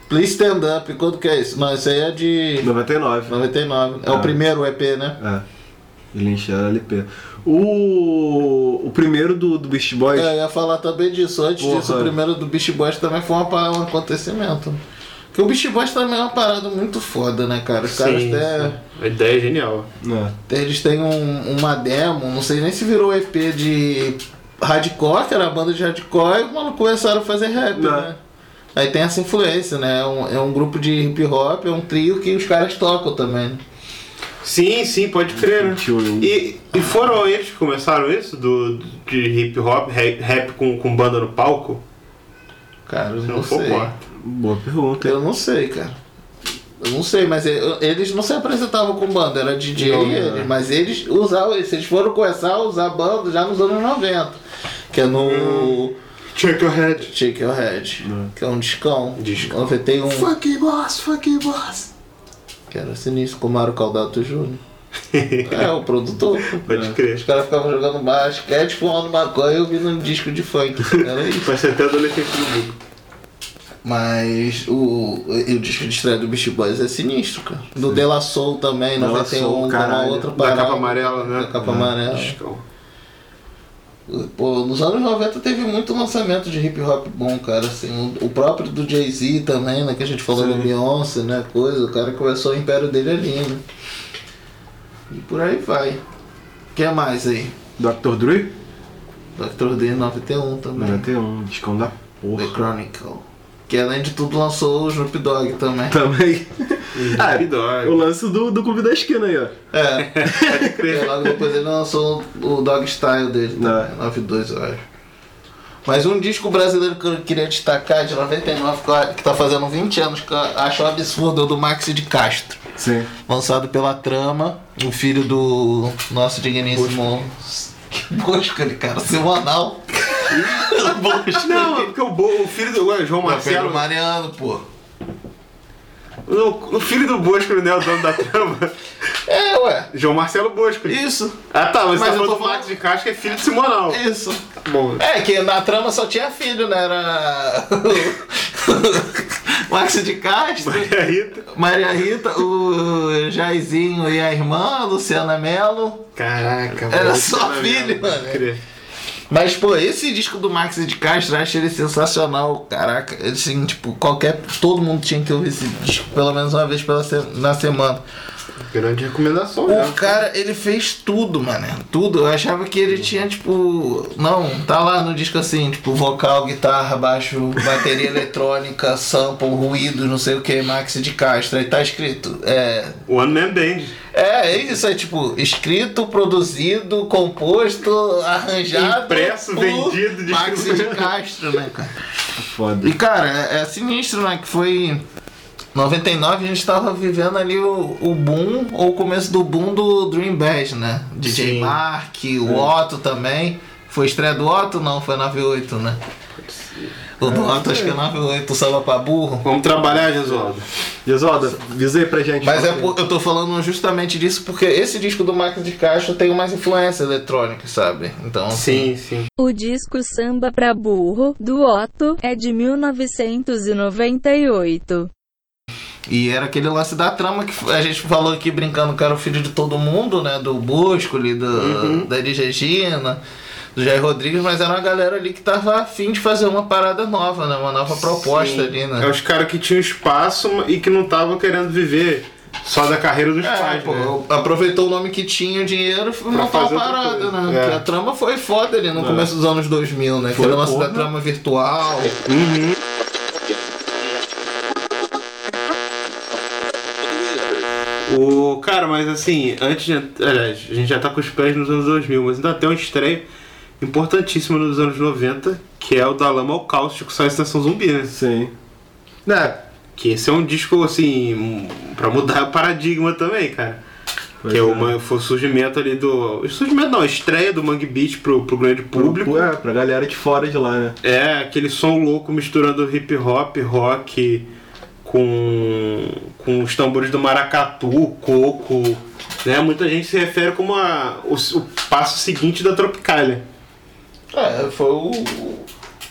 [SPEAKER 3] Please stand up, quanto que é isso? Não, isso aí é de
[SPEAKER 4] 99.
[SPEAKER 3] 99. É
[SPEAKER 4] Ah.
[SPEAKER 3] o primeiro EP, né?
[SPEAKER 4] É. Ele encheu a LP. O, o primeiro do, do Beast Boys.
[SPEAKER 3] É, eu ia falar também disso. Antes
[SPEAKER 4] Porra.
[SPEAKER 3] disso, o primeiro do Beast Boys também foi uma parada, um acontecimento. Porque o Beast Boys também é uma parada muito foda, né, cara? Os caras
[SPEAKER 2] Sim,
[SPEAKER 3] até.
[SPEAKER 2] sim. A ideia é genial.
[SPEAKER 4] É.
[SPEAKER 3] Eles têm um- uma demo, não sei nem se virou EP de hardcore, que era a banda de hardcore, e os malucos começaram a fazer rap,
[SPEAKER 4] Não.
[SPEAKER 3] né? Aí tem essa influência, né? É um, é um grupo de hip hop, é um trio que os caras tocam também. né?
[SPEAKER 2] Sim, sim, pode crer, né? E, e foram eles que começaram isso? Do, de hip hop, rap, rap com, com banda no palco?
[SPEAKER 3] Cara, eu
[SPEAKER 2] Se
[SPEAKER 3] não,
[SPEAKER 2] não for,
[SPEAKER 3] sei.
[SPEAKER 2] bora.
[SPEAKER 4] Boa pergunta.
[SPEAKER 3] Eu não sei, cara. Eu não sei, mas e- eles não se apresentavam com banda, era DJ
[SPEAKER 4] Não,
[SPEAKER 3] eles,
[SPEAKER 4] né?
[SPEAKER 3] mas eles usavam, eles foram começar a usar banda já nos anos 90, que é no
[SPEAKER 2] Check your head.
[SPEAKER 3] Shake Your Head, que é um discão,
[SPEAKER 2] Disco.
[SPEAKER 3] 91,
[SPEAKER 4] Fuck boss, fuck boss.
[SPEAKER 3] que era sinistro, com o Mário Caldato Júnior. é, o produtor.
[SPEAKER 2] Pode
[SPEAKER 3] Os
[SPEAKER 2] crer.
[SPEAKER 3] caras ficavam jogando basquete, fumando maconha e ouvindo um disco de funk. Era isso.
[SPEAKER 2] Vai ser até adolescente do grupo.
[SPEAKER 3] Mas o, e o disco de estreia do Beast Boys é sinistro, cara. Do De La Soul também,
[SPEAKER 4] La
[SPEAKER 3] 91,
[SPEAKER 4] Soul,
[SPEAKER 3] tem uma
[SPEAKER 4] caralho.
[SPEAKER 3] outra
[SPEAKER 4] Da
[SPEAKER 2] Da
[SPEAKER 3] parada.
[SPEAKER 2] capa amarela, né?
[SPEAKER 3] Tá
[SPEAKER 2] é
[SPEAKER 3] Da capa amarela.
[SPEAKER 2] Discão.
[SPEAKER 3] Pô, nos anos 90 teve muito lançamento de hip hop bom, cara. Assim, o, o próprio do Jay-Z também, né? Que a gente falou do Beyoncé, né? Coisa, o cara começou o império dele ali, né? E por aí vai. O que é mais aí?
[SPEAKER 4] Dr. Dre?
[SPEAKER 3] Dr. D 91 também.
[SPEAKER 4] 91, discão um. da
[SPEAKER 3] The
[SPEAKER 4] porra.
[SPEAKER 3] Chronicle. Que além de tudo lançou o Snoop Dogg também.
[SPEAKER 4] Também. Ah,
[SPEAKER 2] Snoop Dogg.
[SPEAKER 4] o lance do, do clube da esquina aí, ó.
[SPEAKER 3] É. e logo depois ele lançou o Dog Style dele,
[SPEAKER 4] Não.
[SPEAKER 3] também, 92, eu acho. Mas um disco brasileiro que eu queria destacar, é de 99, que eu- que tá fazendo 20 anos, que eu acho um absurdo, é o do Maxi de Castro.
[SPEAKER 4] Sim.
[SPEAKER 3] Lançado pela Trama, o filho do nosso digníssimo. Que Bosco, ele, cara, semanal. Bosco.
[SPEAKER 2] Não, é porque o, Bo- o filho do ué, João Marcelo.
[SPEAKER 3] Marcelo É Mariano, pô.
[SPEAKER 2] O, o filho do Bosco, né? O dono da trama.
[SPEAKER 3] É, ué.
[SPEAKER 2] João Marcelo Bosco.
[SPEAKER 3] Isso,
[SPEAKER 2] Ah tá, mas,
[SPEAKER 3] Mas
[SPEAKER 2] você tá
[SPEAKER 3] eu
[SPEAKER 2] falando
[SPEAKER 3] tô
[SPEAKER 2] do
[SPEAKER 3] falando-
[SPEAKER 2] Max de Castro que é filho de Simonal.
[SPEAKER 3] isso.
[SPEAKER 2] Bom,
[SPEAKER 3] É, que na trama só tinha filho, né? Era. Max de Castro,
[SPEAKER 2] Maria Rita.
[SPEAKER 3] Maria Rita, o Jairzinho e a irmã, Luciana Mello.
[SPEAKER 2] Caraca,
[SPEAKER 3] Era só filho, mano. Mas, pô, esse disco do Max de Castro, eu acho ele sensacional, caraca. Assim, tipo, qualquer. Todo mundo tinha que ouvir esse disco pelo menos uma vez pela se- na semana.
[SPEAKER 2] Grande recomendação,
[SPEAKER 3] O
[SPEAKER 2] né?
[SPEAKER 3] cara, ele fez tudo, mano. Tudo. Eu achava que ele tinha, tipo. Não, tá lá no disco assim, tipo, vocal, guitarra, baixo, bateria eletrônica, sample, ruído, não sei o que, Max de Castro. Aí tá escrito. É.
[SPEAKER 2] One Man Band.
[SPEAKER 3] É, é isso, é tipo, escrito, produzido, composto, arranjado.
[SPEAKER 2] Impresso,
[SPEAKER 3] por
[SPEAKER 2] vendido,
[SPEAKER 3] Max de
[SPEAKER 2] distribuído.
[SPEAKER 3] Castro, né, cara?
[SPEAKER 4] Foda.
[SPEAKER 3] E cara, é, é sinistro, né? Que foi. 99 a gente tava vivendo ali o, o boom, ou o começo do boom do Dream Bass, né? DJ
[SPEAKER 2] Sim.
[SPEAKER 3] Mark, o Otto também. Foi estreia do Otto? Não, foi 98, né? O do Otto acho que é 98, salva pra burro.
[SPEAKER 2] Vamos trabalhar, Jesualdo.
[SPEAKER 4] Jesualda, diz aí pra gente.
[SPEAKER 3] Mas é por- eu tô falando justamente disso porque esse disco do Max de Castro tem umas influências eletrônicas, sabe? Então,
[SPEAKER 2] Sim, sim.
[SPEAKER 8] O disco Samba pra Burro, do Otto, é de 1998.
[SPEAKER 3] E era aquele lance da trama que a gente falou aqui brincando que era o filho de todo mundo, né? Do Bosco ali, do,
[SPEAKER 2] Uhum.
[SPEAKER 3] da Elis Regina, do Jair Rodrigues, mas era uma galera ali que tava afim de fazer uma parada nova, né? Uma nova proposta
[SPEAKER 2] Sim.
[SPEAKER 3] ali, né?
[SPEAKER 2] É os caras que tinham espaço e que não estavam querendo viver só da carreira dos
[SPEAKER 3] É,
[SPEAKER 2] pais,
[SPEAKER 3] pô,
[SPEAKER 2] né?
[SPEAKER 3] aproveitou o nome que tinha, o dinheiro, e montar
[SPEAKER 2] fazer
[SPEAKER 3] uma
[SPEAKER 2] outra
[SPEAKER 3] parada,
[SPEAKER 2] coisa.
[SPEAKER 3] né?
[SPEAKER 2] É.
[SPEAKER 3] Porque a trama foi foda ali no começo dos anos 2000, né? Que era o lance da trama virtual.
[SPEAKER 2] É. O cara, mas assim, antes de. Aliás, a gente já tá com os pés nos anos 2000, mas ainda tem um estreia importantíssimo nos anos 90, que é o da Lama ao Cáustico, só a Estação Zumbi, né?
[SPEAKER 4] Sim. Né?
[SPEAKER 2] Que esse é um disco, assim, um- pra mudar o paradigma também, cara.
[SPEAKER 4] Pois
[SPEAKER 2] que é o,
[SPEAKER 4] é.
[SPEAKER 2] man- foi o surgimento ali do. o Surgimento não, a estreia do Mangue Beat pro, pro grande público.
[SPEAKER 4] É, pra galera de fora de lá, né?
[SPEAKER 2] É, aquele som louco misturando hip hop, rock com, com os tambores do maracatu, coco. Né? Muita gente se refere como a- o, o passo seguinte da Tropicália.
[SPEAKER 3] É, foi o,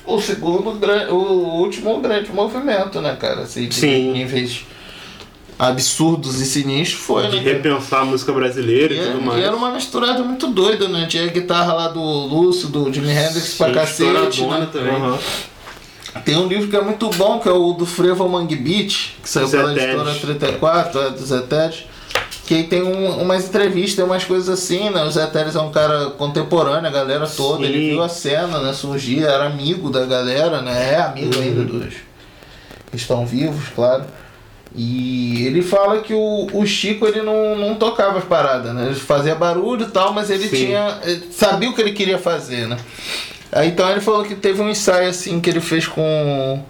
[SPEAKER 3] o segundo, gran- o último grande movimento, né, cara? Assim, de
[SPEAKER 2] Sim.
[SPEAKER 3] níveis absurdos e sinistros foi,
[SPEAKER 2] De
[SPEAKER 3] né, cara?
[SPEAKER 2] repensar a música brasileira
[SPEAKER 3] E, é,
[SPEAKER 2] e tudo
[SPEAKER 3] e
[SPEAKER 2] mais.
[SPEAKER 3] era uma misturada muito doida, né? Tinha a guitarra lá do Lúcio, do Jimi Hendrix pra
[SPEAKER 2] Sim,
[SPEAKER 3] cacete,
[SPEAKER 2] estouradona
[SPEAKER 3] né?
[SPEAKER 2] também.
[SPEAKER 4] Aham.
[SPEAKER 3] Tem um livro que é muito bom, que é o do Frevo Mangue Beat, que saiu
[SPEAKER 2] Zé
[SPEAKER 3] pela
[SPEAKER 2] Tedes.
[SPEAKER 3] editora 34, é, do Zé Tedes. Que aí tem um- umas entrevistas, umas coisas assim, né? O Zé Teles é um cara contemporâneo, a galera toda. Ele
[SPEAKER 2] Sim.
[SPEAKER 3] viu a cena, né? Surgir, era amigo da galera, né? É amigo ainda dos que estão vivos, claro. E ele fala que o, o Chico ele não, não tocava as paradas, né? Ele fazia barulho e tal, mas ele
[SPEAKER 2] Sim.
[SPEAKER 3] tinha. ele sabia o que ele queria fazer, né? Aí, então ele falou que teve um ensaio assim que ele fez com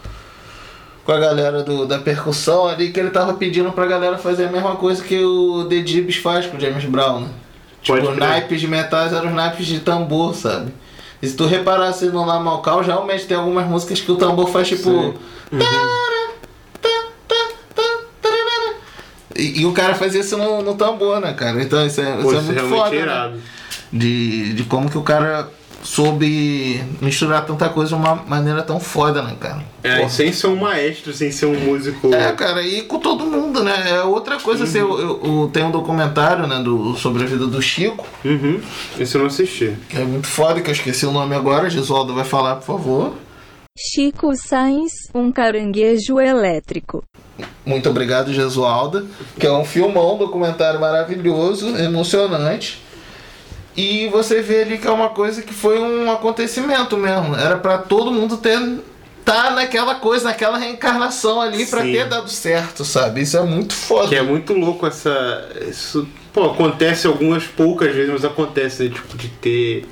[SPEAKER 3] com a galera do, da percussão ali, que ele tava pedindo pra galera fazer a mesma coisa que o The Gibbs faz com o James Brown, né?
[SPEAKER 2] Pode
[SPEAKER 3] tipo,
[SPEAKER 2] crer.
[SPEAKER 3] naipes de metais eram os naipes de tambor, sabe? E se tu reparar assim no La Malcal, realmente tem algumas músicas que o tambor faz tipo.
[SPEAKER 2] Uhum.
[SPEAKER 3] tará, tá, tá, tá, tararara. E, e o cara fazia isso no, no tambor, né, cara? Então isso é,
[SPEAKER 2] Pô,
[SPEAKER 3] isso
[SPEAKER 2] isso
[SPEAKER 3] é
[SPEAKER 2] é
[SPEAKER 3] muito
[SPEAKER 2] realmente
[SPEAKER 3] foda. né?
[SPEAKER 2] irado.
[SPEAKER 3] de, de como que o cara soube misturar tanta coisa de uma maneira tão foda, né, cara?
[SPEAKER 2] É, e sem ser um maestro, sem ser um músico.
[SPEAKER 3] É, cara, e com todo mundo, né? É outra coisa, assim, eu, eu- eu- tem um documentário, né, do, sobre a vida do Chico,
[SPEAKER 2] Uhum. Isso eu não assisti.
[SPEAKER 3] que é muito foda, que eu esqueci o nome agora, Gisoldo vai falar, por favor.
[SPEAKER 8] Chico Sainz, um caranguejo elétrico.
[SPEAKER 3] Muito obrigado, Jesualda, que é um filmão, um documentário maravilhoso, emocionante. E você vê ali que é uma coisa que foi um acontecimento mesmo. Era pra todo mundo ter tá naquela coisa, naquela reencarnação ali pra
[SPEAKER 2] Sim.
[SPEAKER 3] ter dado certo, sabe? Isso é muito foda.
[SPEAKER 2] Que é muito louco essa. Isso, pô, acontece algumas poucas vezes, mas acontece, né? Tipo, de ter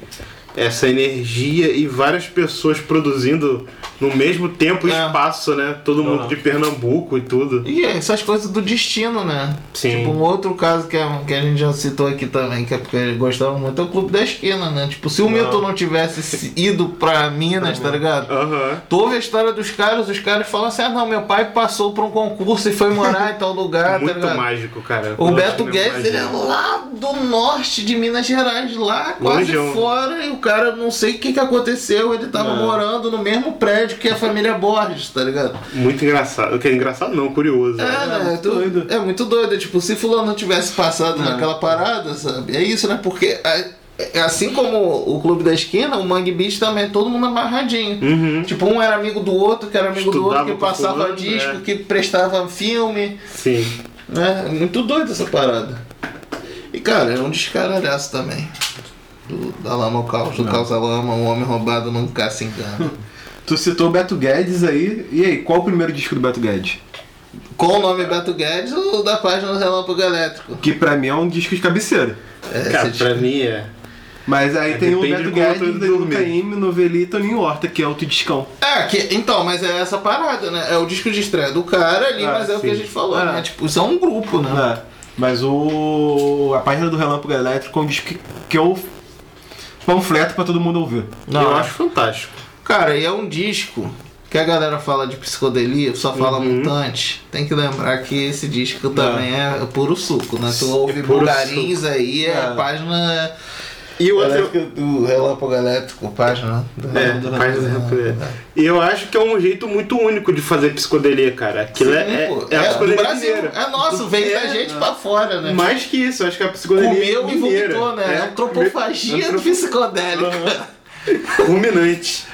[SPEAKER 2] essa energia e várias pessoas produzindo no mesmo tempo e
[SPEAKER 3] É.
[SPEAKER 2] espaço, né? Todo mundo de Pernambuco e tudo.
[SPEAKER 3] E é, essas coisas do destino, né?
[SPEAKER 2] Sim.
[SPEAKER 3] Tipo, um outro caso que a, que a gente já citou aqui também, que é porque ele gostava muito, é o Clube da Esquina, né? Tipo, se o Milton não tivesse se- ido pra Minas, tá ligado?
[SPEAKER 2] Aham.
[SPEAKER 3] Tu ouve a história dos caras, os caras falam assim, ah não, meu pai passou por um concurso e foi morar em tal lugar, tá
[SPEAKER 2] Muito
[SPEAKER 3] ligado?
[SPEAKER 2] mágico, cara.
[SPEAKER 3] O Beto
[SPEAKER 2] Continua
[SPEAKER 3] Guedes, ele é
[SPEAKER 2] mágico.
[SPEAKER 3] lá do norte de Minas Gerais, lá quase
[SPEAKER 2] Longeão.
[SPEAKER 3] fora, e o cara, não sei o que que aconteceu, ele tava morando no mesmo prédio que a família Borges, tá ligado?
[SPEAKER 2] Muito engraçado. Que é engraçado não, curioso.
[SPEAKER 3] É, né? É, tu- é muito doido. É Tipo, se fulano não tivesse passado naquela parada, sabe? É isso, né? Porque a- é assim como o Clube da Esquina, o Mangue Beach também é todo mundo amarradinho. Tipo, um era amigo do outro, que era amigo do
[SPEAKER 2] Uhum. Estudava
[SPEAKER 3] outro, que
[SPEAKER 2] com
[SPEAKER 3] passava
[SPEAKER 2] fulano,
[SPEAKER 3] disco,
[SPEAKER 2] é.
[SPEAKER 3] que prestava filme.
[SPEAKER 2] Sim.
[SPEAKER 3] Né? É Muito doido essa parada. E, cara, é um descaralhaço também. Do, da Lama ao Caos, do Caos à Lama, o homem roubado nunca se engana.
[SPEAKER 4] Tu citou o Beto Guedes aí. E aí, qual o primeiro disco do Beto Guedes?
[SPEAKER 3] Com o nome Beto Guedes, o da página do Relâmpago Elétrico.
[SPEAKER 4] Que pra mim é um disco de cabeceira.
[SPEAKER 3] É,
[SPEAKER 2] Cara,
[SPEAKER 3] esse
[SPEAKER 2] pra mim é.
[SPEAKER 4] Mas aí
[SPEAKER 2] É,
[SPEAKER 4] tem o
[SPEAKER 2] depende de
[SPEAKER 4] Beto
[SPEAKER 2] como eu tô
[SPEAKER 4] Guedes,
[SPEAKER 2] indo
[SPEAKER 4] Duca
[SPEAKER 2] dormir.
[SPEAKER 4] M, Novelli e Toninho Horta, que é outro discão.
[SPEAKER 3] É, que, então, mas é essa parada, né? É o disco de estreia do cara ali,
[SPEAKER 4] Ah,
[SPEAKER 3] mas é o que
[SPEAKER 4] sim.
[SPEAKER 3] a gente falou,
[SPEAKER 4] É.
[SPEAKER 3] né? Tipo, isso é um grupo, né?
[SPEAKER 4] É, mas o. A página do Relâmpago Elétrico é um disco que, que eu panfleto pra todo mundo ouvir.
[SPEAKER 3] Não,
[SPEAKER 2] eu
[SPEAKER 3] é.
[SPEAKER 2] acho fantástico.
[SPEAKER 3] Cara, e é um disco que a galera fala de psicodelia, só fala
[SPEAKER 2] Uhum.
[SPEAKER 3] mutante. Tem que lembrar que esse disco também é puro suco, né? Tu ouve
[SPEAKER 2] É puro
[SPEAKER 3] bugarins aí, é,
[SPEAKER 4] É.
[SPEAKER 3] página
[SPEAKER 2] E outra,
[SPEAKER 3] elétrica do Relâmpago Elétrico, página do
[SPEAKER 2] É,
[SPEAKER 3] do-
[SPEAKER 2] faz
[SPEAKER 3] do-
[SPEAKER 2] exemplo, é. E eu acho que é um jeito muito único de fazer psicodelia, cara. Aquilo
[SPEAKER 3] Sim,
[SPEAKER 2] é, é,
[SPEAKER 3] pô,
[SPEAKER 2] é a
[SPEAKER 3] é do
[SPEAKER 2] psicodelia
[SPEAKER 3] Brasil.
[SPEAKER 2] mineira.
[SPEAKER 3] É nosso, veio da
[SPEAKER 2] É,
[SPEAKER 3] gente pra fora, né?
[SPEAKER 2] Mais que isso, eu acho que é a psicodelia
[SPEAKER 3] Comeu e
[SPEAKER 2] mineira.
[SPEAKER 3] vomitou, né? É a antropofagia
[SPEAKER 2] antro-
[SPEAKER 3] psicodélica.
[SPEAKER 2] Fulminante.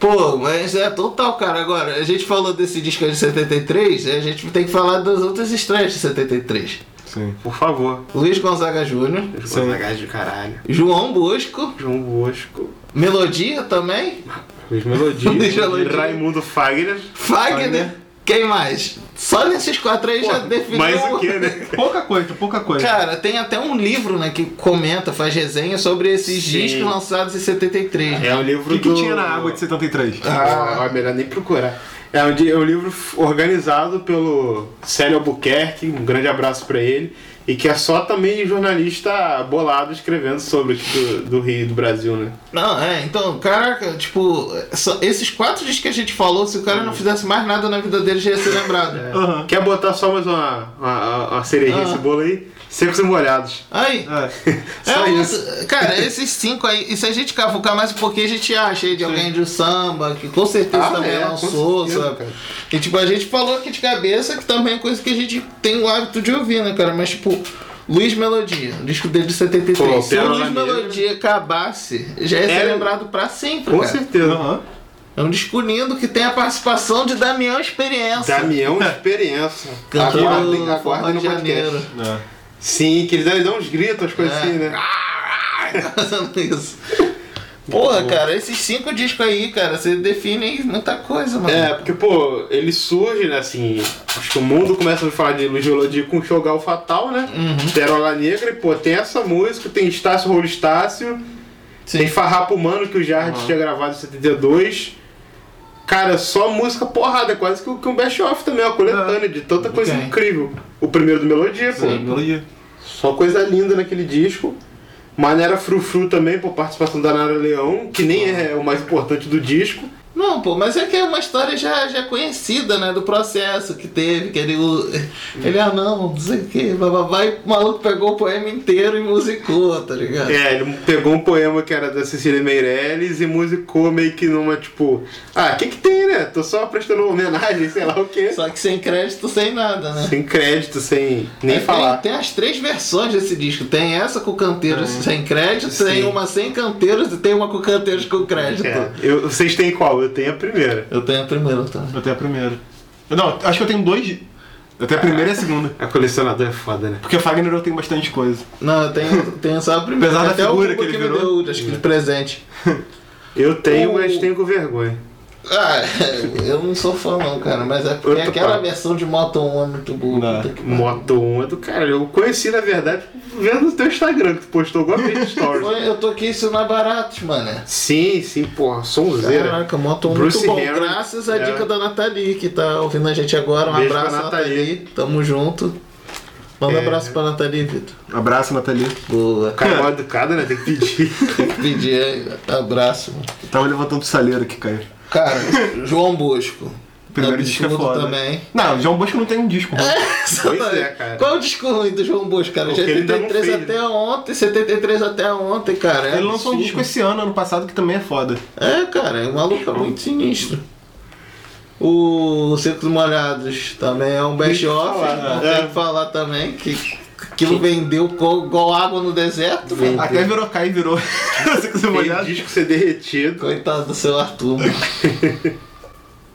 [SPEAKER 3] Pô, mas é total, cara. Agora, a gente falou desse disco de 73, a gente tem que falar das outras estreias de 73.
[SPEAKER 4] Sim.
[SPEAKER 2] Por favor.
[SPEAKER 3] Luiz Gonzaga Júnior,
[SPEAKER 4] Sim.
[SPEAKER 2] Gonzaga de caralho.
[SPEAKER 3] João Bosco,
[SPEAKER 2] João Bosco.
[SPEAKER 3] Melodia também,
[SPEAKER 2] Luiz Melodia.
[SPEAKER 3] Luiz Melodia.
[SPEAKER 2] Raimundo Fagner.
[SPEAKER 3] Fagner, quem mais? Só nesses quatro aí já definiu.
[SPEAKER 2] Mais o que, né?
[SPEAKER 4] Pouca coisa, pouca coisa.
[SPEAKER 3] Cara, tem até um livro, né, que comenta, faz resenha sobre esses
[SPEAKER 2] Sim.
[SPEAKER 3] discos lançados em 73.
[SPEAKER 2] É um
[SPEAKER 4] o
[SPEAKER 2] livro
[SPEAKER 4] que, que
[SPEAKER 2] do...
[SPEAKER 4] tinha na água de 73?
[SPEAKER 2] Ah, é melhor nem procurar. É um, di- é um livro f- organizado pelo Célio Albuquerque, um grande abraço pra ele, e que é só também jornalista bolado escrevendo sobre o tipo, do, Rio e do Brasil, né?
[SPEAKER 3] Não, é, então, caraca, tipo, só- esses quatro discos que a gente falou, se o cara não fizesse mais nada na vida dele, já ia ser lembrado.
[SPEAKER 2] É.
[SPEAKER 4] Aham.
[SPEAKER 2] Quer botar só mais uma, uma, uma cerejinha nesse bolo aí? Secos e molhados.
[SPEAKER 3] Aí.
[SPEAKER 4] É.
[SPEAKER 2] Só
[SPEAKER 3] é outro-
[SPEAKER 2] isso.
[SPEAKER 3] Cara, esses cinco aí, e se a gente cavucar mais um pouquinho, a gente acha aí de alguém do samba, que com certeza
[SPEAKER 2] Ah,
[SPEAKER 3] também
[SPEAKER 2] é,
[SPEAKER 3] lançou,
[SPEAKER 2] com certeza,
[SPEAKER 3] sabe?
[SPEAKER 2] cara.
[SPEAKER 3] E tipo, a gente falou aqui de cabeça, que também é coisa que a gente tem o hábito de ouvir, né, cara? Mas tipo, Luiz Melodia, o disco dele de 73.
[SPEAKER 2] Pô,
[SPEAKER 3] se o
[SPEAKER 2] Pérola
[SPEAKER 3] Luiz
[SPEAKER 2] Negra.
[SPEAKER 3] Melodia acabasse, já ia ser
[SPEAKER 2] Era-
[SPEAKER 3] lembrado pra sempre,
[SPEAKER 2] Com
[SPEAKER 3] cara.
[SPEAKER 2] certeza.
[SPEAKER 4] Aham.
[SPEAKER 3] É um disco lindo que tem a participação de Damião Experiência.
[SPEAKER 2] Damião Experiência.
[SPEAKER 3] Cantando
[SPEAKER 2] Aguardem,
[SPEAKER 3] Forró
[SPEAKER 2] aguardem no
[SPEAKER 3] de
[SPEAKER 2] podcast.
[SPEAKER 3] Janeiro. É.
[SPEAKER 4] É.
[SPEAKER 2] Sim, que eles eles dão uns gritos, as coisas assim, né?
[SPEAKER 3] Fazendo isso. Porra, cara, esses cinco discos aí, cara, você define muita coisa, mano.
[SPEAKER 2] É, porque, pô, ele surge, né, assim, acho que o mundo começa a falar de Luz de Melodia com Shogal Fatal, né? Perola Negra, e, pô, tem essa música, tem Estácio Rolo Estácio, tem Farrapo Humano, que o Jardim tinha gravado em 72. Cara, só música porrada, é quase que o- que um best-of também, uma coletânea de tanta coisa
[SPEAKER 3] Ok.
[SPEAKER 2] incrível. O primeiro do Melodia, pô.
[SPEAKER 4] Melodia.
[SPEAKER 2] Só coisa linda naquele disco. Manera Frufru também, por participação da Nara Leão, que nem é o mais importante do disco.
[SPEAKER 3] Não, pô, mas é que é uma história já, já conhecida, né? Do processo que teve, que ele. o- Ele, ah, não, não sei o que, bababá, e o maluco pegou o poema inteiro e musicou, tá ligado?
[SPEAKER 2] É, ele pegou um poema que era da Cecília Meirelles e musicou meio que numa tipo. Ah, o que, que tem, né? Tô só prestando homenagem, sei lá o quê.
[SPEAKER 3] Só que sem crédito, sem nada, né?
[SPEAKER 2] Sem crédito, sem nem
[SPEAKER 3] Aí tem-
[SPEAKER 2] falar.
[SPEAKER 3] Tem, as três versões desse disco. Tem essa com canteiros
[SPEAKER 2] Hum.
[SPEAKER 3] sem crédito, tem uma sem canteiros e tem uma com canteiros com crédito.
[SPEAKER 2] É, eu- vocês têm qual? Eu tenho a primeira.
[SPEAKER 3] Eu tenho a primeira tá? também.
[SPEAKER 4] Eu tenho a primeira. Não, acho que eu tenho dois. Eu tenho a primeira e a segunda.
[SPEAKER 2] A colecionador é foda, né?
[SPEAKER 4] Porque o Fagner eu tenho bastante coisa.
[SPEAKER 3] Não, eu tenho, tenho só a primeira.
[SPEAKER 4] Apesar da
[SPEAKER 3] Até
[SPEAKER 4] figura
[SPEAKER 3] o Cuba
[SPEAKER 4] que ele
[SPEAKER 3] me
[SPEAKER 4] virou.
[SPEAKER 3] deu, acho que de presente.
[SPEAKER 2] Eu tenho,
[SPEAKER 3] O-
[SPEAKER 2] mas tenho com vergonha.
[SPEAKER 3] Ah, eu não sou fã não, cara, mas é porque
[SPEAKER 2] Outro
[SPEAKER 3] aquela
[SPEAKER 2] papo.
[SPEAKER 3] versão de Moto 1 é muito boa.
[SPEAKER 4] Não.
[SPEAKER 3] puta que-
[SPEAKER 2] Moto 1 é do cara. Eu conheci, na verdade, vendo o teu Instagram, que tu postou alguma vez no Stories.
[SPEAKER 3] Foi- Eu toquei isso é na Baratos, mano.
[SPEAKER 2] Sim, sim, porra, sonzeira.
[SPEAKER 3] Caraca, Moto 1
[SPEAKER 2] Bruce
[SPEAKER 3] muito bom.
[SPEAKER 2] Herring,
[SPEAKER 3] Graças à
[SPEAKER 2] é.
[SPEAKER 3] dica da Nathalie, que tá ouvindo a gente agora. Um
[SPEAKER 2] Beijo pra
[SPEAKER 3] abraço,
[SPEAKER 2] Nathalie.
[SPEAKER 3] Nathalie. Tamo junto. Manda um
[SPEAKER 4] É.
[SPEAKER 3] abraço pra Nathalie, Vitor.
[SPEAKER 4] Abraço, Nathalie.
[SPEAKER 3] Boa.
[SPEAKER 2] O cara é mal educado, né? Tem que pedir.
[SPEAKER 3] Pedir abraço. mano.
[SPEAKER 4] Tava Tá levantando o saleiro aqui, Caio.
[SPEAKER 3] Cara, João Bosco.
[SPEAKER 4] Primeiro disco é
[SPEAKER 3] Absurdo
[SPEAKER 4] foda.
[SPEAKER 3] também.
[SPEAKER 4] Não, o João Bosco não tem um disco.
[SPEAKER 2] Pois é, cara.
[SPEAKER 3] Qual é o disco ruim do João Bosco, cara?
[SPEAKER 2] O
[SPEAKER 3] De
[SPEAKER 2] que ele ainda não
[SPEAKER 3] 83
[SPEAKER 2] fez,
[SPEAKER 3] até ontem, 73 até ontem, cara. É
[SPEAKER 4] Ele lançou um
[SPEAKER 3] absurdo.
[SPEAKER 4] disco esse ano, ano passado, que também é foda.
[SPEAKER 3] É, cara, é um maluco muito sinistro. O Secos Molhados também é um best-of, não
[SPEAKER 2] né?
[SPEAKER 3] tem que falar também que aquilo vendeu co- igual água no deserto. mano.
[SPEAKER 4] Até virou Caio virou. Você que você vai olhar.
[SPEAKER 2] Tem disco ser derretido.
[SPEAKER 3] Coitado do seu Arthur, mano.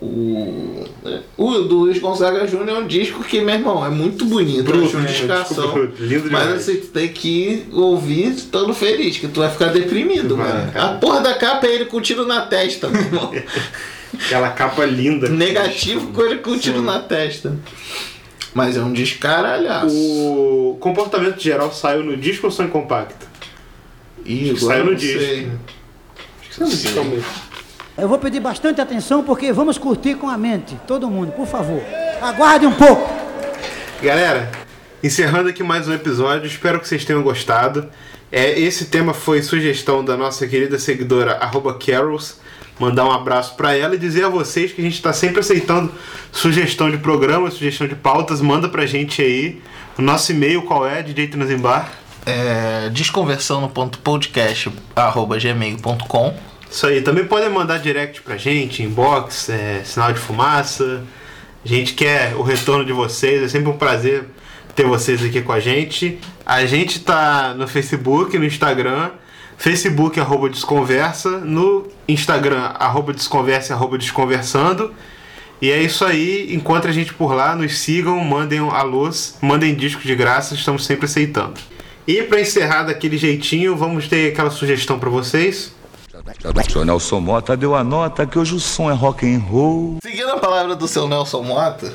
[SPEAKER 3] O, é, o do Luiz Gonzaga Júnior é um disco que, meu irmão, é muito bonito.
[SPEAKER 2] Bruto,
[SPEAKER 3] acho uma
[SPEAKER 2] né?
[SPEAKER 3] discação.
[SPEAKER 2] Disco bruto, lindo demais.
[SPEAKER 3] mas assim, tu tem que ouvir estando feliz, que tu vai ficar deprimido,
[SPEAKER 2] Vai,
[SPEAKER 3] mano.
[SPEAKER 2] cara.
[SPEAKER 3] A porra da capa é ele com tiro na testa, meu irmão. É
[SPEAKER 2] Aquela capa linda.
[SPEAKER 3] Negativo com ele com tiro na testa. Mas é um descaralhaço.
[SPEAKER 2] O comportamento geral saiu no disco ou só em compacto?
[SPEAKER 3] Ih, agora
[SPEAKER 2] Saiu no
[SPEAKER 3] não
[SPEAKER 2] disco.
[SPEAKER 3] sei.
[SPEAKER 2] Acho que saiu no disco também.
[SPEAKER 1] Eu vou pedir bastante atenção porque vamos curtir com a mente, todo mundo, por favor. Aguarde um pouco.
[SPEAKER 2] Galera, encerrando aqui mais um episódio, espero que vocês tenham gostado. É, esse tema foi sugestão da nossa querida seguidora arroba Carols. Mandar um abraço pra ela e dizer a vocês que a gente está sempre aceitando sugestão de programa, sugestão de pautas. Manda pra gente aí. O nosso e-mail qual é? DJ Transimbar.
[SPEAKER 3] É, desconversando.podcast.gmail.com
[SPEAKER 2] Isso aí. Também podem mandar direct pra gente, inbox, é, sinal de fumaça. A gente quer o retorno de vocês. É sempre um prazer ter vocês aqui com a gente. A gente tá no Facebook, no Instagram. Facebook, arroba Desconversa. No Instagram, arroba Desconversa, arroba Desconversando. E é isso aí. Encontre a gente por lá. Nos sigam, mandem a luz, mandem disco de graça. Estamos sempre aceitando. E pra encerrar daquele jeitinho, vamos ter aquela sugestão pra vocês.
[SPEAKER 9] Seu Nelson Mota deu a nota que hoje o som é rock and roll.
[SPEAKER 3] Seguindo a palavra do seu Nelson Mota,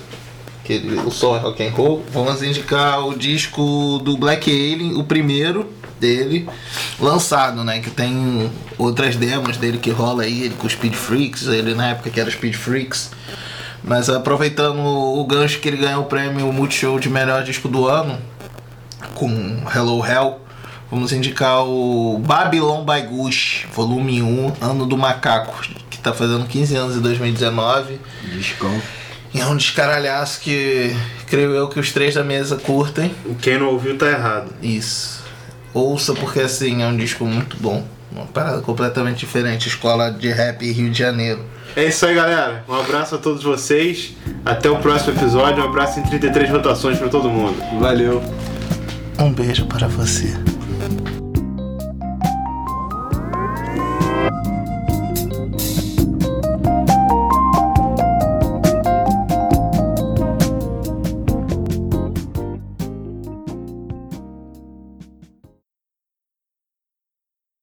[SPEAKER 3] que ele- o som é rock and roll, vamos indicar o disco do Black Alien, o primeiro dele, lançado, né? Que tem outras demos dele que rola aí, ele com Speed Freaks, ele na época que era Speed Freaks. Mas aproveitando o gancho que ele ganhou o prêmio Multishow de melhor disco do ano, com Hello Hell, vamos indicar o Babylon by Gush, volume 1, Ano do Macaco, que tá fazendo 15 anos em 2019.
[SPEAKER 4] Discão.
[SPEAKER 3] E é um descaralhaço que creio eu que os três da mesa curtem.
[SPEAKER 2] Quem não ouviu tá errado.
[SPEAKER 3] Isso. Ouça porque assim é um disco muito bom. Uma parada completamente diferente. Escola de rap Rio de Janeiro.
[SPEAKER 2] É isso aí, galera. Um abraço a todos vocês. Até o próximo episódio. Um abraço em 33 rotações pra todo mundo.
[SPEAKER 4] Valeu.
[SPEAKER 3] Um beijo para você.